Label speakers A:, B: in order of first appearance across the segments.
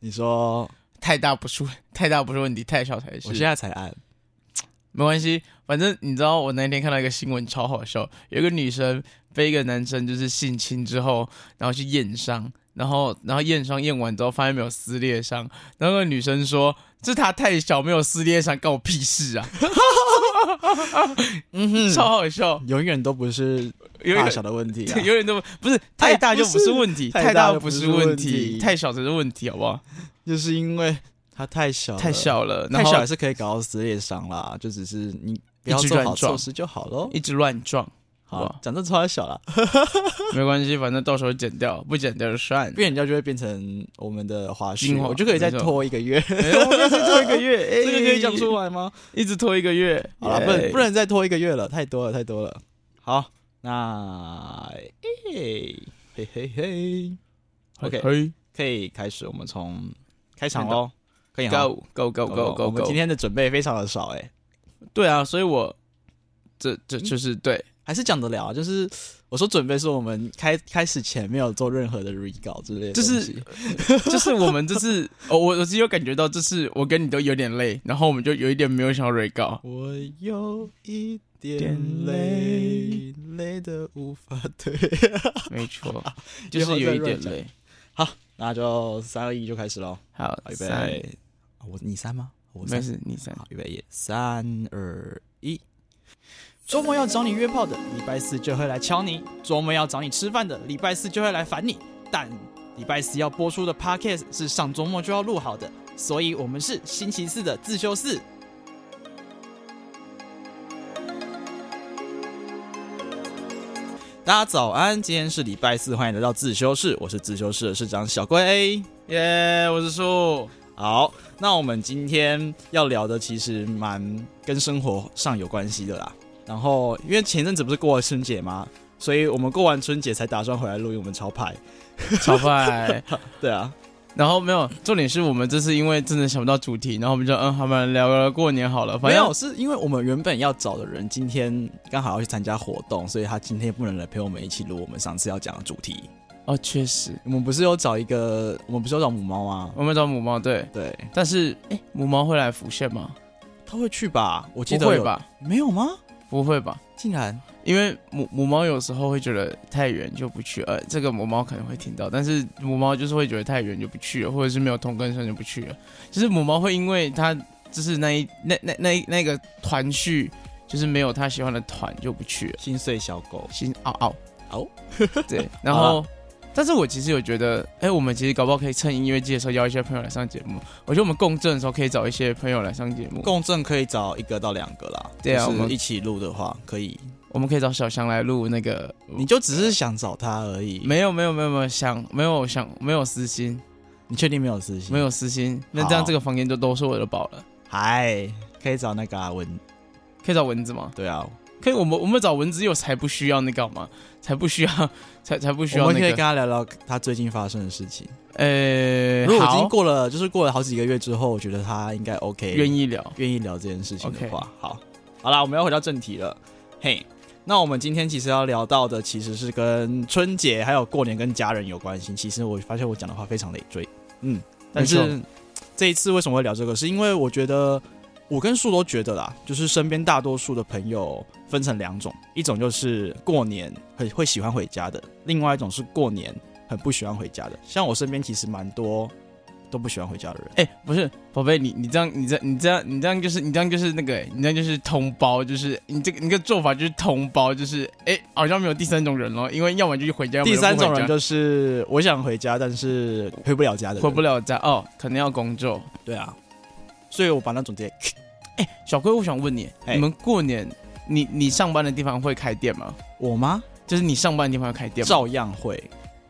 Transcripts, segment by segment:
A: 你说
B: 太大不是 太大不是问题，太小才是。
A: 我现在才按，
B: 没关系，反正你知道，我那天看到一个新闻超好笑，有一个女生被一个男生就是性侵之后，然后去验伤，然后然后验伤验完之后发现没有撕裂伤，然后那个女生说：“这她太小，没有撕裂伤，干我屁 事啊！”嗯哼，超好笑，
A: 永远都不是
B: 有
A: 大
B: 点
A: 小的问 题啊。
B: 有点都不是太大就不是问题，
A: 哎不是
B: 太
A: 太大
B: 大
A: 就
B: 不
A: 不
B: 是
A: 是
B: 问
A: 问
B: 题，
A: 题
B: 太小才是问题，好不好？
A: 就是因为它太小了，
B: 太小了，然
A: 太小
B: 后
A: 也是可以搞到撕裂伤啦，就只是你不
B: 一
A: 要
B: 直
A: 做
B: 乱
A: 好
B: 撞
A: 措施就好喽。
B: 一直乱撞，好
A: 好
B: 吧，
A: 讲这超小了，
B: 没关系，反正到时候剪掉，不剪掉就算。
A: 不然人家就会变成我们的花絮
B: 精，华
A: 我就可以再
B: 没错
A: 拖一个 月。
B: 哎我们再拖一 个月，哎
A: 这个可以讲出来吗？
B: 一直拖一个月。
A: 好了，不
B: 耶
A: 能不能再拖一个月了，太多了，太多了。好，那嘿嘿嘿嘿，OK，
B: 嘿
A: 可以开始，我们从开场喽，可以哈
B: ，Go Go Go Go
A: 我
B: Go
A: 们
B: Go。
A: 今天的准备非常的少哎、
B: 对啊，所以我这这就是 对，
A: 还是讲得了啊，就是我说准备是我们开开始前没有做任何的 re 稿之类的
B: 就
A: 东西，
B: 是就是我们这次哦，我我只有感觉到这次我跟你都有点累，然后我们就有一点没有想要 re 稿。
A: 我有一点
B: 点
A: 累
B: 累，
A: 累的无法退。
B: 没错， 就是有一点累。
A: 那就三二一就开始喽，
B: 好
A: 好，预备，
B: 三，
A: 啊我你三吗？我
B: 没
A: 三。
B: 事，你三。
A: 好，预备一，三二一。周末要找你约炮的，礼拜四就会来敲你；周末要找你吃饭的，礼拜四就会来烦你。但礼拜四要播出的 podcast 是上周末就要录好的，所以我们是星期四的自修室。大家早安，今天是礼拜四，欢迎来到自修室，我是自修室的室长小龟。
B: 耶，我是树。
A: 好，那我们今天要聊的其实蛮跟生活上有关系的啦。然后，因为前阵子不是过了春节吗？所以我们过完春节才打算回来录音，我们超派。
B: 超 派。
A: 对啊，
B: 然后没有，重点是我们这次因为真的想不到主题，然后我们就嗯，好吧，聊聊过年好了。反
A: 没
B: 正
A: 有，是因为我们原本要找的人今天刚好要去参加活动，所以他今天不能来陪我们一起录我们上次要讲的主题。
B: 哦，确实，
A: 我们不是有找一个，我们不是有找母猫吗？
B: 我们找母猫对，
A: 对，
B: 但是哎，母猫会来浮现吗？
A: 他会去吧？我记
B: 不
A: 得
B: 会
A: 有？
B: 吧？
A: 没有吗？
B: 不会吧？
A: 竟然
B: 因为母母猫有时候会觉得太远就不去，呃，这个母猫可能会听到，但是母猫就是会觉得太远就不去了，或者是没有同根生就不去了。就是母猫会因为它就是那一那那那一那个团序，就是没有它喜欢的团就不去了。
A: 心碎小狗
B: 心嗷嗷
A: 嗷，
B: 对，然
A: 好
B: 后，但是我其实有觉得，哎、我们其实搞不好可以趁音乐季的时候邀一些朋友来上节目。我觉得我们共振的时候可以找一些朋友来上节目，
A: 共振可以找一个到两个啦。
B: 对啊
A: 就是
B: 我们
A: 一起录的话可以，
B: 我们可以找小翔来录那个。
A: 你就只是想找他而已。，
B: 没有没有没有没有想没有想没有私心
A: 你确定没有私心？
B: 没，有私心，那这样
A: 好
B: 这个房间就都是我的宝了。
A: 嗨，可以找那个阿文。
B: 可以找蚊子吗？
A: 对啊，
B: 可以，我们我们找蚊子又才不需要那个嘛，才不需要，才才不需
A: 我
B: 要
A: 们
B: 那
A: 可以跟
B: 个。
A: 他聊聊他最近发生的事情。
B: 呃，
A: 如果已经
B: 好
A: 过了，就是过了好几个月之后，我觉得他应该 OK，
B: 愿意聊，
A: 愿意聊这件事情的
B: OK
A: 话好，好啦，我们要回到正题了。嘿，那我们今天其实要聊到的其实是跟春节还有过年跟家人有关系。其实我发现我讲的话非常累赘，嗯，但
B: 没
A: 是这一次为什么会聊这个，是因为我觉得我跟树都觉得啦，就是身边大多数的朋友分成两种，一种就是过年很会喜欢回家的，另外一种是过年很不喜欢回家的。像我身边其实蛮多都不喜欢回家的人。
B: 哎、不是，宝贝，你你这样，你这你这样，你这样就是你这样就是那个、哎你这样就是同胞，就是你这个你这个做法就是同胞，就是哎、好像没有第三种人咯，因为要么就是回家，要么
A: 第
B: 就不
A: 三
B: 回
A: 种人
B: 家
A: 就是我想回家，但是回不了家的人。
B: 回不了家哦，可能要工作。
A: 对啊，所以我把那种直接
B: 哎、小龟，我想问你，
A: 哎
B: 你们过年你你上班的地方会开店吗？
A: 我妈
B: 就是你上班的地方会开店吗？
A: 照样会，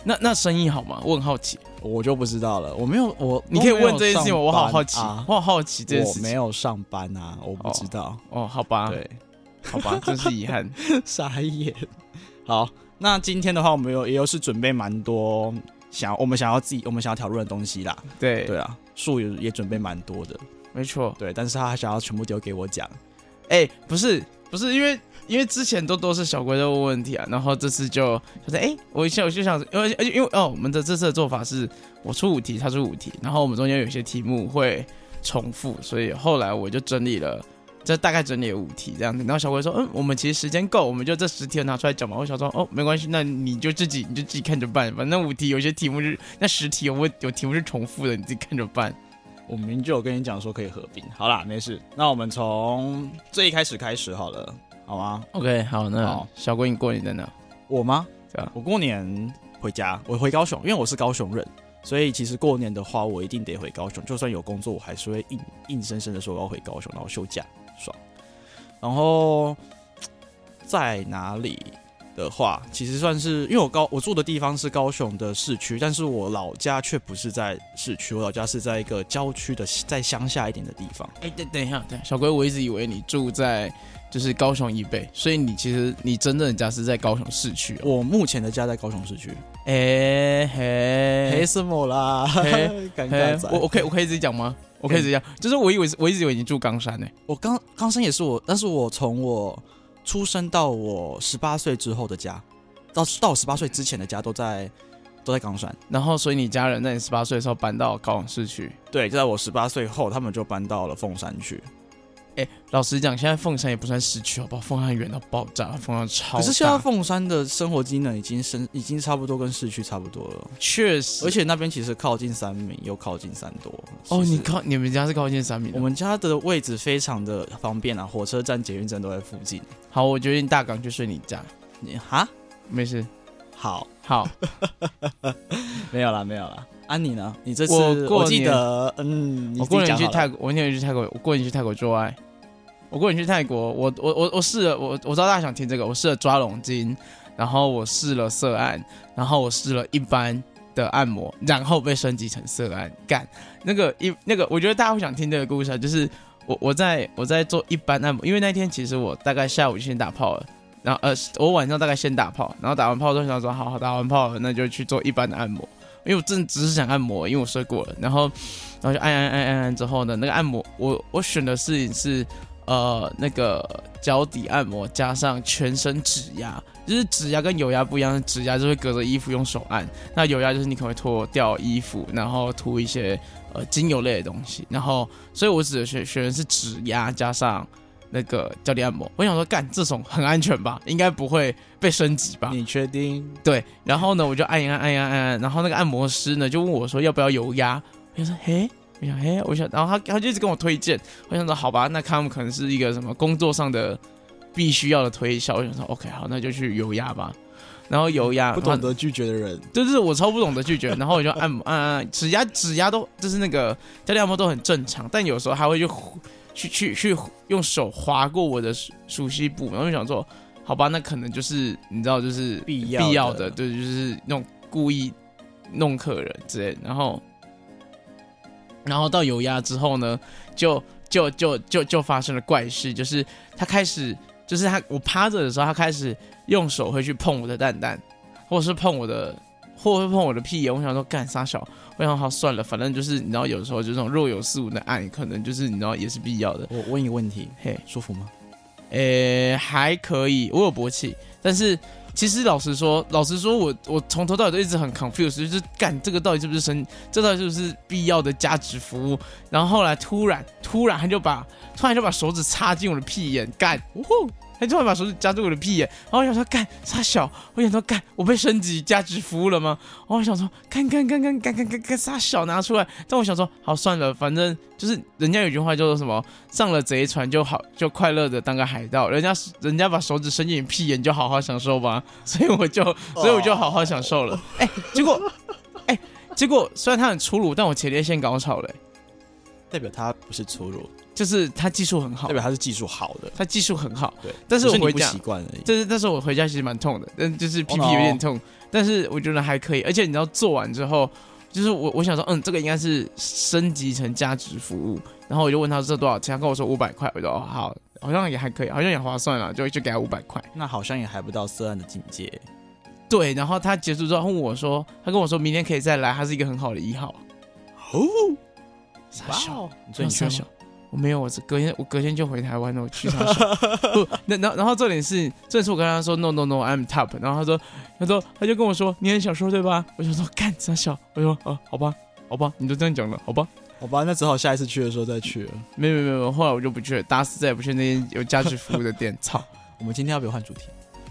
B: 那那生意好吗？我很好奇，
A: 我就不知道了。我没有我，
B: 你可以问这件事情吗，我好好
A: 都
B: 奇，
A: 没有上班啊
B: 我好好奇这件
A: 我
B: 事
A: 没
B: 情。
A: 有上班啊，我不知道。
B: 哦，好吧，
A: 对，
B: 好吧，真是遗憾。
A: 傻眼。好，那今天的话，我们有也有是准备蛮多想我们想要自己我们想要讨论的东西啦。
B: 对，
A: 对啊，树也也准备蛮多的，
B: 没错。
A: 对，但是他还想要全部丢给我讲。
B: 哎、不是，不是因为因为之前都都是小龟在问问题啊，然后这次就就是哎、诶我一下我就想，因为而且因为哦，我们的这次的做法是我出五题，他出五题，然后我们中间有些题目会重复，所以后来我就整理了。这大概整理了五题这样子，然后小龟说：“嗯，我们其实时间够，我们就这十题拿出来讲嘛。”我想说：“哦，没关哦系，那你就自己你就自己看着办，反正五题有些题目是那十题有问有题目是重复的，你自己看着办。
A: 我明就有跟你讲说可以合并，好啦，没事。那我们从最一开始开始好了，好吗？”
B: OK，好，那
A: 好
B: 小龟你过年在哪？
A: 我吗？
B: 对啊
A: 我过年回家，我回高雄，因为我是高雄人，所以其实过年的话，我一定得回高雄，就算有工作，我还是会硬硬生生的说我要回高雄，然后休假，爽。然后在哪里的话，其实算是因为我高我住的地方是高雄的市区，但是我老家却不是在市区，我老家是在一个郊区的在乡下一点的地方。
B: 哎、等等一下，等小龟，我一直以为你住在就是高雄以北，所以你其实你真正的家是在高雄市区哦。
A: 我目前的家在高雄市区，
B: 哎、
A: 没
B: 嘿，
A: 什么啦，
B: 嘿
A: 尴尬
B: 嘿
A: 仔。
B: 我我可以我可以自己讲吗？我可以自己讲，就是我以为是我一直以为你住冈山呢、
A: 我刚刚生也是我，但是我从我出生到我十八岁之后的家，到到我十八岁之前的家都在都在冈山。
B: 然后所以你家人在你十八岁的时候搬到高雄市区。
A: 对，就在我十八岁后，他们就搬到了凤山去。
B: 哎、老实讲，现在凤山也不算市区，好不好？凤山远到爆炸，凤山超
A: 可
B: 大。
A: 是现在凤山的生活机能已经生已经差不多跟市区差不多了，
B: 确实，
A: 而且那边其实靠近三明又靠近三多。
B: 哦，
A: 其实
B: 你靠你们家是靠近三明的
A: 我们家的位置非常的方便啊，火车站、捷运站都在附近。
B: 好，我决定大港就睡你家，
A: 你哈
B: 没事。
A: 好，
B: 好，
A: 没有啦，没有啦。安、妮呢？你这次
B: 我过
A: 记
B: 年
A: 得，嗯，你
B: 我过
A: 自己讲
B: 年去
A: 好了
B: 泰国，我过年去泰国，我过年去泰国做爱。我过年去泰国，我我我我试了，我我知道大家想听这个，我试了抓龙筋，然后我试了色按，然后我试了一般的按摩，然后被升级成色按。干那个一那个，我觉得大家会想听这个故事啊，就是我我在我在做一般按摩，因为那天其实我大概下午就先打炮了。然后呃，我晚上大概先打炮，然后打完炮之后想说，好好打完炮了，那就去做一般的按摩，因为我真的只是想按摩，因为我睡过了。然后然后就按按按按按之后呢，那个按摩我我选的是是呃那个脚底按摩加上全身指压，就是指压跟油压不一样，指压就会隔着衣服用手按，那油压就是你可能会脱掉衣服，然后涂一些呃精油类的东西，然后所以我指的选选的是指压加上。那个脚底按摩，我想说，干这种很安全吧？应该不会被升级吧？
A: 你确定？
B: 对，然后呢，我就按一按，按一按，按一按，然后那个按摩师呢就问我说要不要油压，我就说嘿，我想嘿，我想，然后他他就一直跟我推荐，我想说好吧，那他们可能是一个什么工作上的必须要的推销，我想说 OK 好，那就去油压吧，然后油压，
A: 不懂得拒绝的人，
B: 就是我超不懂得拒绝，然后我就按摩按按按，指压指压都就是那个教练按摩都很正常，但有时候还会就去去去用手划过我的熟熟悉部，然后就想说，好吧，那可能就是你知道就是
A: 必要的
B: 必的，对，就是那种故意弄客人之类的，然后然后到油压之后呢，就就就就就发生了怪事，就是他开始就是他我趴着的时候，他开始用手会去碰我的蛋蛋，或者是碰我的，或者是碰我的屁眼。我想说干啥小，我想好算了，反正就是你知道，有时候就这种若有似无的爱，可能就是你知道也是必要的。
A: 我问一个问题，
B: 嘿，
A: 舒服吗？
B: 诶，还可以，我有勃起，但是其实老实说，老实说我我从头到尾都一直很 confused，就是干这个到底是不是生，这到底是不是必要的价值服务？然后后来突然突然他就把突然就把手指插进我的屁眼，干，呜呼！他突然把手指夹住我的屁眼，然后我想说干傻小，我想说干我被升级价值服务了吗？然后我想说干干干干干干干干傻小拿出来，但我想说好算了，反正就是人家有句话叫做什么上了贼船就好，就快乐的当个海盗。人家人家把手指伸进你屁眼，你就好好享受吧。所以我就，所以我就好好享受了。哎、结果，哎、结果虽然他很粗鲁，但我前列腺高潮了、欸
A: 代表他不是粗鲁，
B: 就是他技术很好
A: 代，表他是技术好的，
B: 他技术很好。
A: 对。
B: 但是
A: 只
B: 我
A: 是你
B: 回
A: 不
B: 家
A: 习，惯而已。
B: 但是但是我回家其实蛮痛的，但就是屁屁
A: 哦
B: 有点痛，但是我觉得还可以。而且你知道做完之后，就是我我想说，嗯，这个应该是升级成价值服务，然后我就问他这多少钱，他跟我说五百块，我就哦好，好像也还可以，好像也划算了，就就给他五百块。
A: 那好像也还不到色案的境界。
B: 对，然后他结束之后问我说，他跟我说明天可以再来，他是一个很好的一号。
A: 哦，
B: 傻
A: 哇
B: 笑，
A: 哦！所以你
B: 傻
A: 去
B: 笑，我没有，我是隔天我隔天就回台湾了，我去他说不，那然后然后重点是，这次我跟他说 no no no，I'm top，然后他说他说他就跟我说你很想说对吧？我就说干傻笑，我就说哦好吧好吧，你都这样讲了，好吧。
A: 好吧，那只好下一次去的时候再去了。
B: 没有没有没有，后来我就不去了，打死再也不去那间有价值服务的店。操！
A: 我们今天要不要换主题？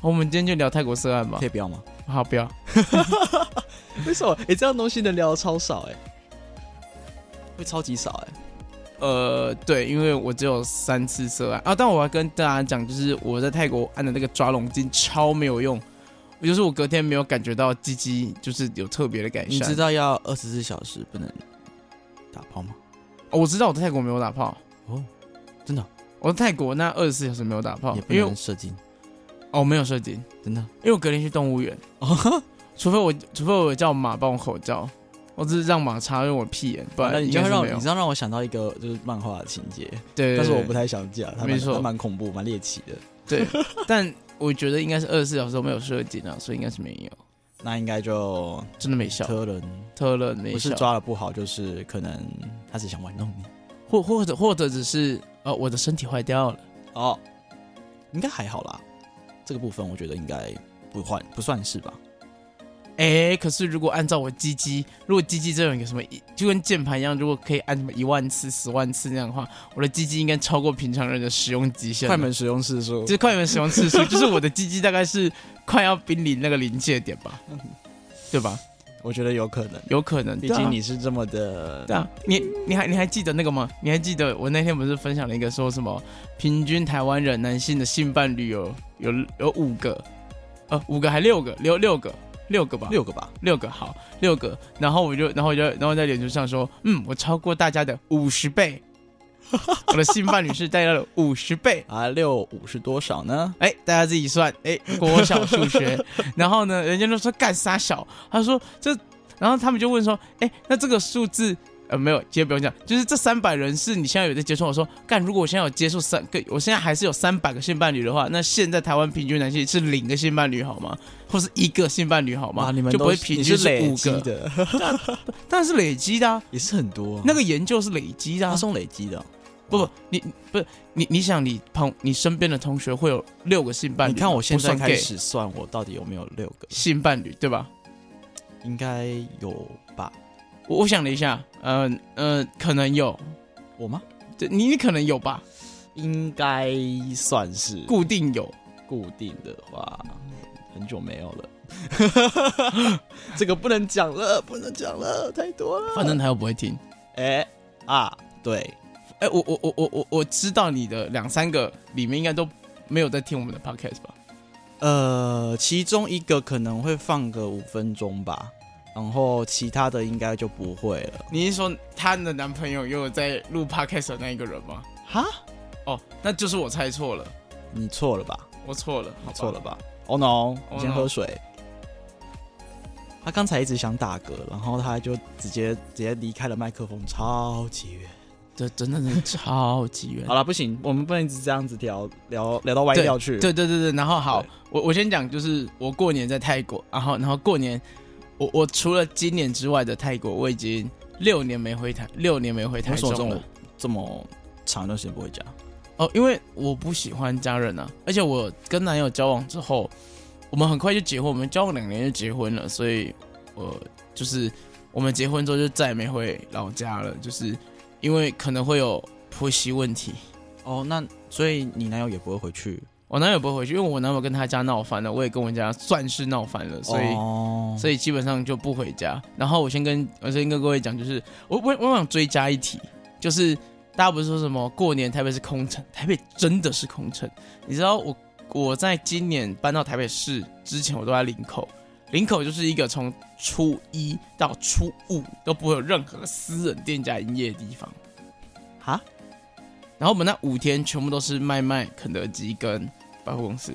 B: 我们今天就聊泰国色案吧
A: 可。以不要吗？
B: 好，不要。
A: 为什么？哎、这样东西能聊的超少哎、会超级少哎、
B: 呃，对，因为我只有三次涉案啊，但我要跟大家讲，就是我在泰国按的那个抓龙筋超没有用，就是我隔天没有感觉到鸡鸡就是有特别的改善。
A: 你知道要二十四小时不能打炮吗？
B: 哦我知道我在泰国没有打炮，
A: 哦，真的哦、
B: 我在泰国那二十四小时没有打炮
A: 也，不
B: 因为
A: 能射精，
B: 哦没有射精，
A: 真的。
B: 因为我隔天去动物园，
A: 哦
B: 除非我除非我叫马帮我口罩，我只是让马插用我屁眼，不
A: 那
B: 然
A: 你
B: 应
A: 就
B: 该
A: 会
B: 是
A: 让我
B: 没有
A: 你。知道让我想到一个就是漫画的情节，
B: 对，对
A: 但是我
B: 对
A: 不太想讲，它蛮
B: 没错
A: 它蛮恐怖、蛮猎奇的。
B: 但我觉得应该是二十四小时都没有射精啊，所以应该是没有，
A: 那应该就
B: 真的没效，
A: 车轮
B: 特了没
A: 不是
B: 效。
A: 抓的不好，就是可能他只想玩弄你。
B: 或或者或者只是呃我的身体坏掉了，
A: 哦，应该还好啦，这个部分我觉得应该不换不算是吧？
B: 哎，可是如果按照我鸡鸡，如果鸡鸡这种有一个什么一，就跟键盘一样，如果可以按什么一万次、十万次那样的话，我的鸡鸡应该超过平常人的使用极限了。
A: 快门使用次数
B: 就，是快门使用次数，就是我的鸡鸡大概是快要濒临那个临界点 吧，对吧？
A: 我觉得有可能，
B: 有可能，
A: 毕
B: 对啊
A: 竟你是这么的
B: 对啊，你你还你还记得那个吗？你还记得我那天不是分享了一个说什么平均台湾人男性的性伴侣有有有五个，呃，五个还六个，六六个六个吧，
A: 六个吧？
B: 六个好六个，然后我就然后我就然后在脸书上说，嗯，我超过大家的五十倍， 我的性伴侣是大家的五十倍。
A: 啊，六五是多少呢？
B: 哎，大家自己算。 哎，国小数学，然后呢，人家就说干啥小，他说这，然后他们就问说，哎，那这个数字，呃，没有，其实不用讲，就是这三百人是你现在有在接触。我说干，如果我现在有接触三个，我现在还是有三百个性伴侣的话，那现在台湾平均男性是零个性伴侣好吗？或是一个性伴侣好吗？
A: 啊哇，你们
B: 就
A: 都
B: 不会平
A: 你
B: 均
A: 是累
B: 五
A: 积
B: 个，
A: 的，
B: 但是累积的、啊，
A: 也是很多。
B: 那个研究是累积的、啊
A: 他。送累积的哦，
B: 不不，你不是你，你想你朋你身边的同学会有六个性伴侣
A: 你
B: 吗，
A: 看我现
B: 不
A: 在
B: 算
A: 开
B: gay
A: 始算，我到底有没有六个？
B: 性伴侣，对吧？
A: 应该有吧？
B: 我我想了一下，呃呃，可能有，
A: 我吗？
B: 这你你可能有吧，
A: 应该算是固嗯
B: 固定有。
A: 固定的话，很久没有了。 这个不能讲了，不能讲了，太多了。
B: 反正他又不会听。
A: 哎、啊，对，
B: 哎、我我我我我我知道你的两三个里面应该都没有在听我们的 podcast 吧？
A: 呃，其中一个可能会放个五分钟吧，然后其他的应该就不会了。
B: 你是说她的男朋友又有在录 podcast 的那一个人吗？
A: 哈，
B: 哦，那就是我猜错了，
A: 你错了吧？
B: 我错了，好
A: 你
B: 吧
A: 错了。吧？Oh no！我先
B: no
A: 喝水。他刚才一直想打嗝，然后他就直接直接离开了麦克风，超级远。
B: 这真的是超级远
A: 好。了，不行，我们不能一直这样子聊聊聊到歪
B: 对
A: 掉去。
B: 对对对对，然后好
A: 对，
B: 我我先讲，就是我过年在泰国，然后然后过年，我我除了今年之外的泰国，我已经六年没回台，六年没回台
A: 为什么这
B: 中
A: 么
B: 了。
A: 这么长一段时间不回家？
B: 哦，因为我不喜欢家人啊，而且我跟男友交往之后，我们很快就结婚，我们交往两年就结婚了，所以我就是我们结婚之后就再也没回老家了，就是因为可能会有婆媳问题。
A: 哦，那所以你男友也不会回去，
B: 我男友不会回去，因为我男友跟他家闹翻了，我也跟我家算是闹翻了，所以。
A: 哦、
B: 所以基本上就不回家。然后我先跟我先跟各位讲，就是我我我想追加一题，就是大家不是说什么过年台北是空城，台北真的是空城。你知道我我在今年搬到台北市之前，我都在林口，林口就是一个从初一到初五都不会有任何私人店家营业的地方。
A: 哈，
B: 然后我们那五天全部都是卖卖肯德基跟百货公司。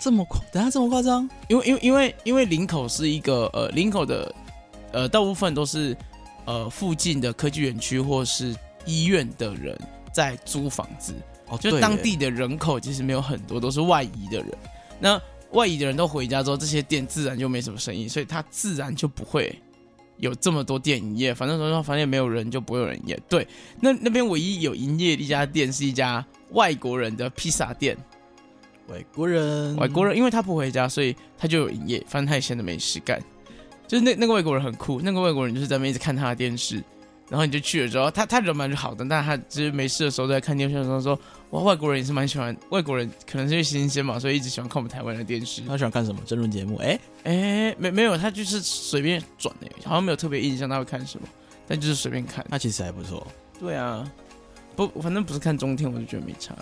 A: 这么夸，等下这么夸张？
B: 因为因为因为因为林口是一个呃林口的呃大部分都是呃附近的科技园区或是医院的人在租房子，
A: 哦，
B: 就
A: 对
B: 当
A: 耶
B: 地的人口其实没有很多，都是外移的人。那外移的人都回家之后，这些店自然就没什么生意，所以它自然就不会有这么多店营业，反正说反正也没有人，就不会有人营业。对，那那边唯一有营业的一家店是一家外国人的披萨店，
A: 外国人，
B: 外国人因为他不回家，所以他就有营业，反正他也闲着没事干。就是那那个外国人很酷，那个外国人就是在那边一直看他的电视，然后你就去了之后，他他人蛮好的，但他就是没事的时候在看电视的时候说，哇，外国人也是蛮喜欢外国人，可能是因为新鲜嘛，所以一直喜欢看我们台湾的电视。
A: 他喜欢看什么？争论节目？哎、
B: 哎，没没有，他就是随便转的，好像没有特别印象他会看什么，但就是随便看。
A: 那其实还不 错。
B: 对啊，不，反正不是看中天，我就觉得没差。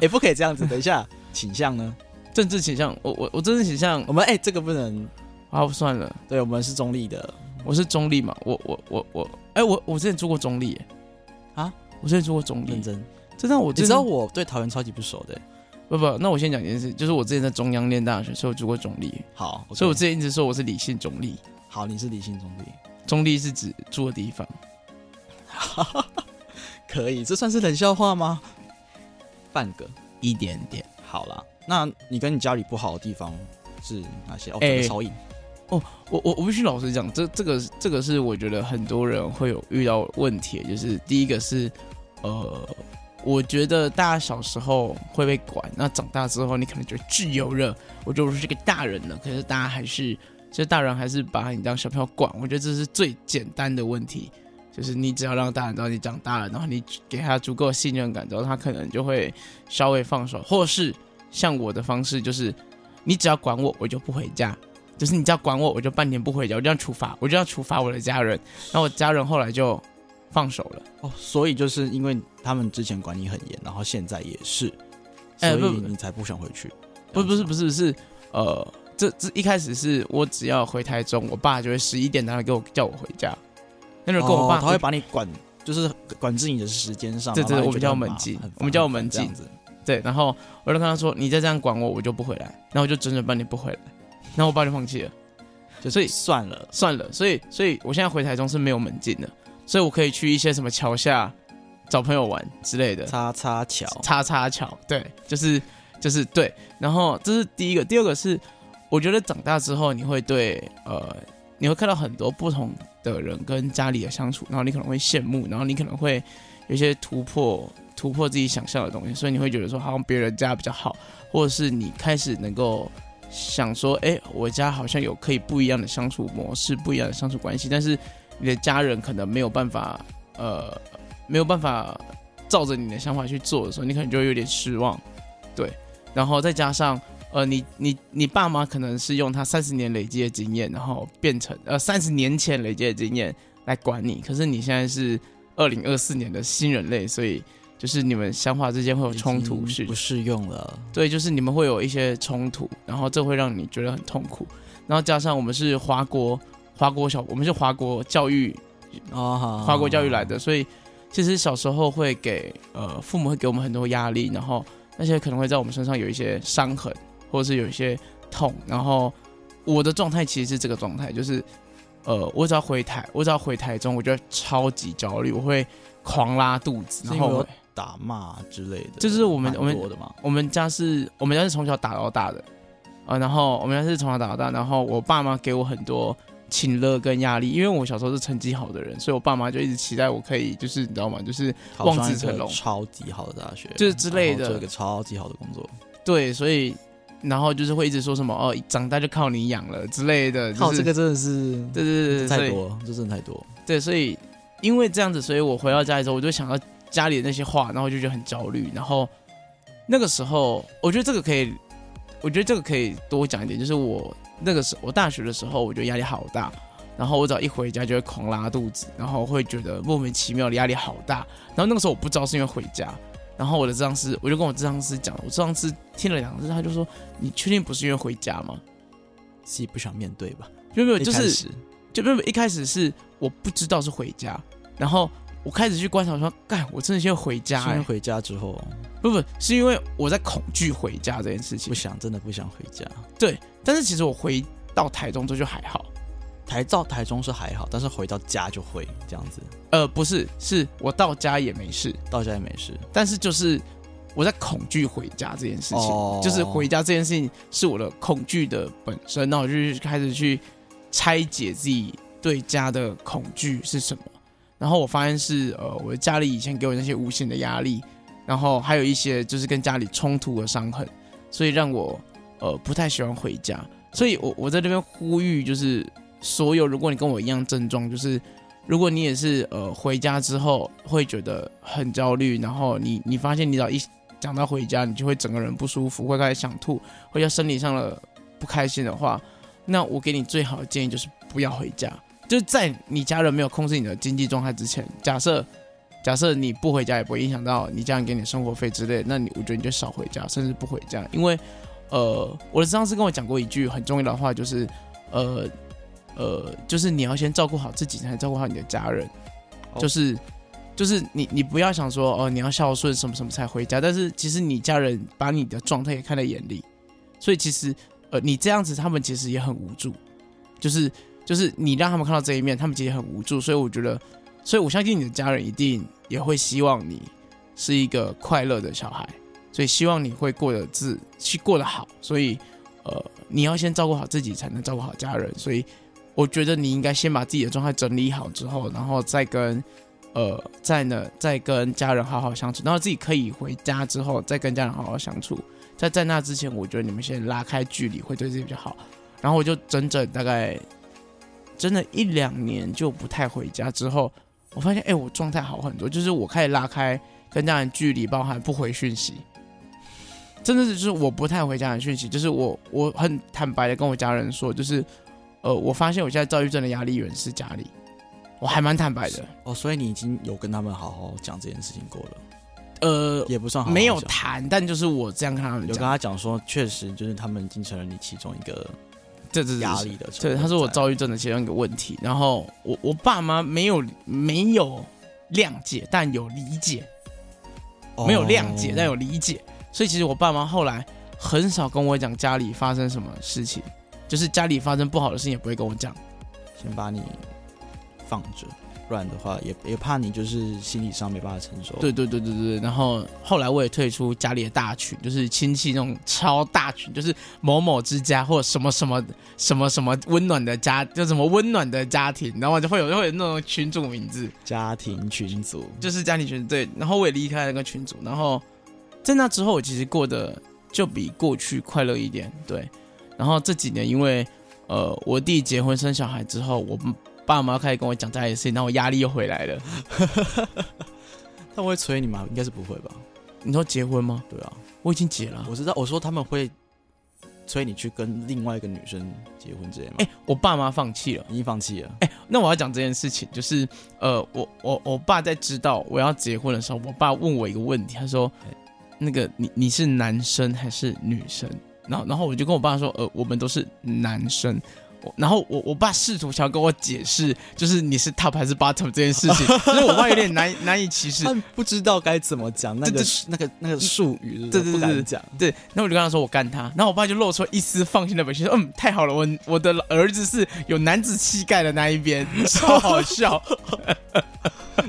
A: 哎、不可以这样子。等一下，倾向呢？
B: 政治倾向，我我我政治倾向，
A: 我们哎、这个不能。
B: 啊，算了，
A: 对我们是中立的，
B: 我是中立嘛，我我我我，哎，我我之前做过中立耶，
A: 啊，
B: 我之前做过中立
A: 认，真。
B: 这让我
A: 你
B: 真
A: 知
B: 的
A: 道我对桃园超级不熟的、欸
B: 不不，那我先讲一件事，就是我之前在中央念大学，所以我做过中立，
A: 好，OK，
B: 所以我之前一直说我是理性中立，
A: 好，你是理性中立，
B: 中立是指住的地方，
A: 可以，这算是冷笑话吗？半个，
B: 一点点。
A: 好啦。那你跟你家里不好的地方是哪些？哦，
B: 哎
A: 这个超硬，
B: 我我我必须老实讲，这这个这个是我觉得很多人会有遇到问题，就是第一个是，呃，我觉得大家小时候会被管，那长大之后你可能觉得自由了，我就是个大人了，可是大家还是，其实大人还是把你当小朋友管，我觉得这是最简单的问题，就是你只要让大人知道你长大了，然后你给他足够的信任感之后，他可能就会稍微放手，或是像我的方式就是，你只要管我，我就不回家。就是你只要管我，我就半年不回家，我就要处罚，我就要处罚我的家人。然后我家人后来就放手了，
A: 哦，所以就是因为他们之前管你很严，然后现在也是，所
B: 哎
A: 以
B: 不
A: 你才不想回去。
B: 不不是不
A: 是，
B: 是是呃，这这一开始是我只要回台中，我爸就会十一点然后给我叫我回家。那时候跟我爸
A: 哦，他会把你管，就是管制你的时间上。
B: 对对
A: 然后
B: 我们
A: 让你觉得很
B: 叫
A: 麻
B: 门禁
A: 很烦
B: 我们叫门禁
A: 这样子。
B: 对，然后我就跟他说：“你再这样管我，我就不回来。”然后我就整整半年不回来，然后我爸就放弃了。
A: 就
B: 所以
A: 算了，
B: 算了，所以所以我现在回台中是没有门禁的，所以我可以去一些什么桥下找朋友玩之类的。
A: 擦擦桥，
B: 叉叉桥，对，就是就是对。然后这是第一个，第二个是我觉得长大之后你会对呃，你会看到很多不同的人跟家里的相处，然后你可能会羡慕，然后你可能会有一些突破突破自己想象的东西，所以你会觉得说好像别人家比较好，或者是你开始能够。想说，哎、我家好像有可以不一样的相处模式，不一样的相处关系，但是你的家人可能没有办法，呃，没有办法照着你的想法去做的时候，你可能就会有点失望，对。然后再加上呃，你你你爸妈可能是用他三十年累积的经验，然后变成呃三十年前累积的经验来管你，可是你现在是二零二四年的新人类，所以就是你们想法之间会有冲
A: 已
B: 突，
A: 经
B: 是
A: 不适用了。
B: 对，就是你们会有一些冲突，然后这会让你觉得很痛苦。然后加上我们是华国华国小，我们是华国教育
A: 哦，好
B: 跨国教育来的，所以其实小时候会给呃父母会给我们很多压力，然后那些可能会在我们身上有一些伤痕，或者是有一些痛。然后我的状态其实是这个状态，就是呃我只要回台，我只要回台中，我就超级焦虑，我会狂拉肚子，
A: 是
B: 然
A: 因为
B: 后
A: 有打骂之类的，
B: 这是我们
A: 蛮
B: 我们
A: 多的嘛。
B: 我们家是我们家是从小打到大的，呃，然后我们家是从小打到大，然后我爸妈给我很多请乐跟压力，因为我小时候是成绩好的人，所以我爸妈就一直期待我可以，就是你知道吗？就是
A: 考上
B: 望子
A: 一个
B: 成龙
A: 超级好的大学，
B: 就是之类的
A: 然后做一个超级好的工作，
B: 对，所以然后就是会一直说什么哦，长大就靠你养了之类的，
A: 靠，
B: 就是
A: 这个真的是
B: 对对对对，所
A: 太
B: 以
A: 多，这真的太多。
B: 对，所以因为这样子，所以我回到家里之后，我就想到家里的那些话，然后我就觉得很焦虑。然后那个时候，我觉得这个可以，我觉得这个可以多讲一点，就是我那个时我大学的时候，我觉得压力好大。然后我只要一回家就会狂拉肚子，然后会觉得莫名其妙的压力好大。然后那个时候我不知道是因为回家，然后我的治疗师我就跟我治疗师讲，我治疗师听了两次，他就说：“你确定不是因为回家吗
A: 自己不想面对吧？？”
B: 没有没有，就
A: 一开
B: 是
A: 始
B: 就不不一开始是我不知道是回家，然后我开始去观察说，干，我真的先回家、
A: 是因为啊
B: 欸，
A: 回家之后
B: 不不是因为我在恐惧回家这件事情
A: 不，想，真的不想回家。
B: 但是其实我回到台中这就还好，
A: 台到台中是还好，但是回到家就会这样子，
B: 呃，不是，是我到家也没事，
A: 到家也没事。
B: 但是就是我在恐惧回家这件事情，
A: 哦
B: 就是回家这件事情是我的恐惧的本身，那我就去开始去拆解自己对家的恐惧是什么。然后我发现是呃，我的家里以前给我那些无形的压力，然后还有一些就是跟家里冲突的伤痕，所以让我呃不太喜欢回家。所以我我在这边呼吁，就是所有如果你跟我一样症状，就是如果你也是呃回家之后会觉得很焦虑，然后你你发现你只要一讲到回家，你就会整个人不舒服，会开始想吐，会要生理上的不开心的话，那我给你最好的建议就是不要回家。就是在你家人没有控制你的经济状态之前，假设假设你不回家也不会影响到你家人给你的生活费之类的，那你我觉得你就少回家，甚至不回家，因为呃，我的上司跟我讲过一句很重要的话，就是呃呃，就是你要先照顾好自己，才能照顾好你的家人，
A: 哦
B: 就是。就是你，你不要想说哦，你要孝顺什么什么才回家，但是其实你家人把你的状态也看在眼里，所以其实呃，你这样子他们其实也很无助，就是就是你让他们看到这一面，他们其实很无助。所以我觉得，所以我相信你的家人一定也会希望你是一个快乐的小孩，所以希望你会过得自去过得好。所以呃，你要先照顾好自己，才能照顾好家人。所以我觉得你应该先把自己的状态整理好之后，然后再跟。呃，再呢，再跟家人好好相处，然后自己可以回家之后，再跟家人好好相处。在在那之前，我觉得你们先拉开距离会对自己比较好。然后我就整整大概真的一两年就不太回家之后，我发现哎、诶我状态好很多，就是我开始拉开跟家人距离，包含不回讯息，真的是就是我不太回家人讯息，就是我我很坦白的跟我家人说，就是呃，我发现我现在躁郁症的压力源是家里，我还蛮坦白的，
A: 哦，所以你已经有跟他们好好讲这件事情过了，
B: 呃，
A: 也不算哦好好
B: 没有
A: 讲
B: 谈，但就是我这样跟他们
A: 有跟
B: 讲，
A: 他讲说，确实就是他们已经成了你其中一个
B: 这这这
A: 压力的成分在。
B: 对，他是我躁郁症的其中一个问题。然后我我爸妈没有没有谅解，但有理解，
A: 哦
B: 没有谅解，但有理解。所以其实我爸妈后来很少跟我讲家里发生什么事情，就是家里发生不好的事情也不会跟我讲。
A: 先把你放着，不然的话也也怕你就是心理上没办法承受。
B: 对对对对对。然后后来我也退出家里的大群，就是亲戚那种超大群，就是某某之家或什么什么什么什么温暖的家，就什么温暖的家庭，然后就会有会有那种群主名字。
A: 家庭群 组，
B: 就是家庭群对，然后我也离开那个群组，然后在那之后，我其实过得就比过去快乐一点，对。然后这几年因为呃我弟结婚生小孩之后，我爸妈开始跟我讲家里的事情，然后我压力又回来了。
A: 他们会催你吗？应该是不会吧？
B: 你说结婚吗？
A: 对啊，
B: 我已经结了。
A: 我知道，我说他们会催你去跟另外一个女生结婚之类吗？
B: 哎、我爸妈放弃了。哎
A: 你已经放弃了，
B: 那我要讲这件事情，就是呃，我我我爸在知道我要结婚的时候，我爸问我一个问题，他说
A: 哎：“
B: 那个你你是男生还是女生？”然后然后我就跟我爸说：“呃，我们都是男生。”我然后我我爸试图想要跟我解释，就是你是 top 还是 bottom 这件事情，就是我爸有点难难以 启齿。
A: 他们不知道该怎么讲那
B: 对
A: 个那个那个术语，
B: 对
A: 对
B: 对
A: 不
B: 对对
A: 敢 讲。
B: 对，那我就跟他说我干他，然后我爸就露出一丝放心的表情，说嗯，太好了，我我的儿子是有男子气概的那一边，超好笑，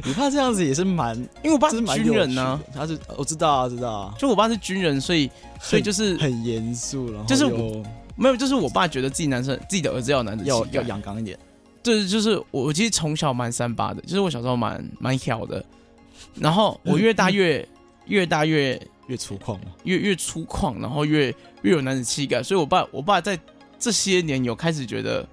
A: 你怕这样子也是蛮，
B: 因为我爸
A: 这
B: 是
A: 是蛮啊
B: 军人呢、
A: 有趣的他是我知道啊，知道啊，
B: 就我爸是军人，所以所以就是
A: 很严肃，然后
B: 就是
A: 又
B: 没有，就是我爸觉得自己男生自己的儿子要有男子气
A: 要
B: 概
A: 要，阳刚一点。
B: 对，就是我我其实从小蛮三八的，就是我小时候蛮蛮挑的，然后我越大越越大越
A: 越粗犷嘛，
B: 越越粗犷，然后越越有男子气概，所以我爸我爸在这些年有开始觉得，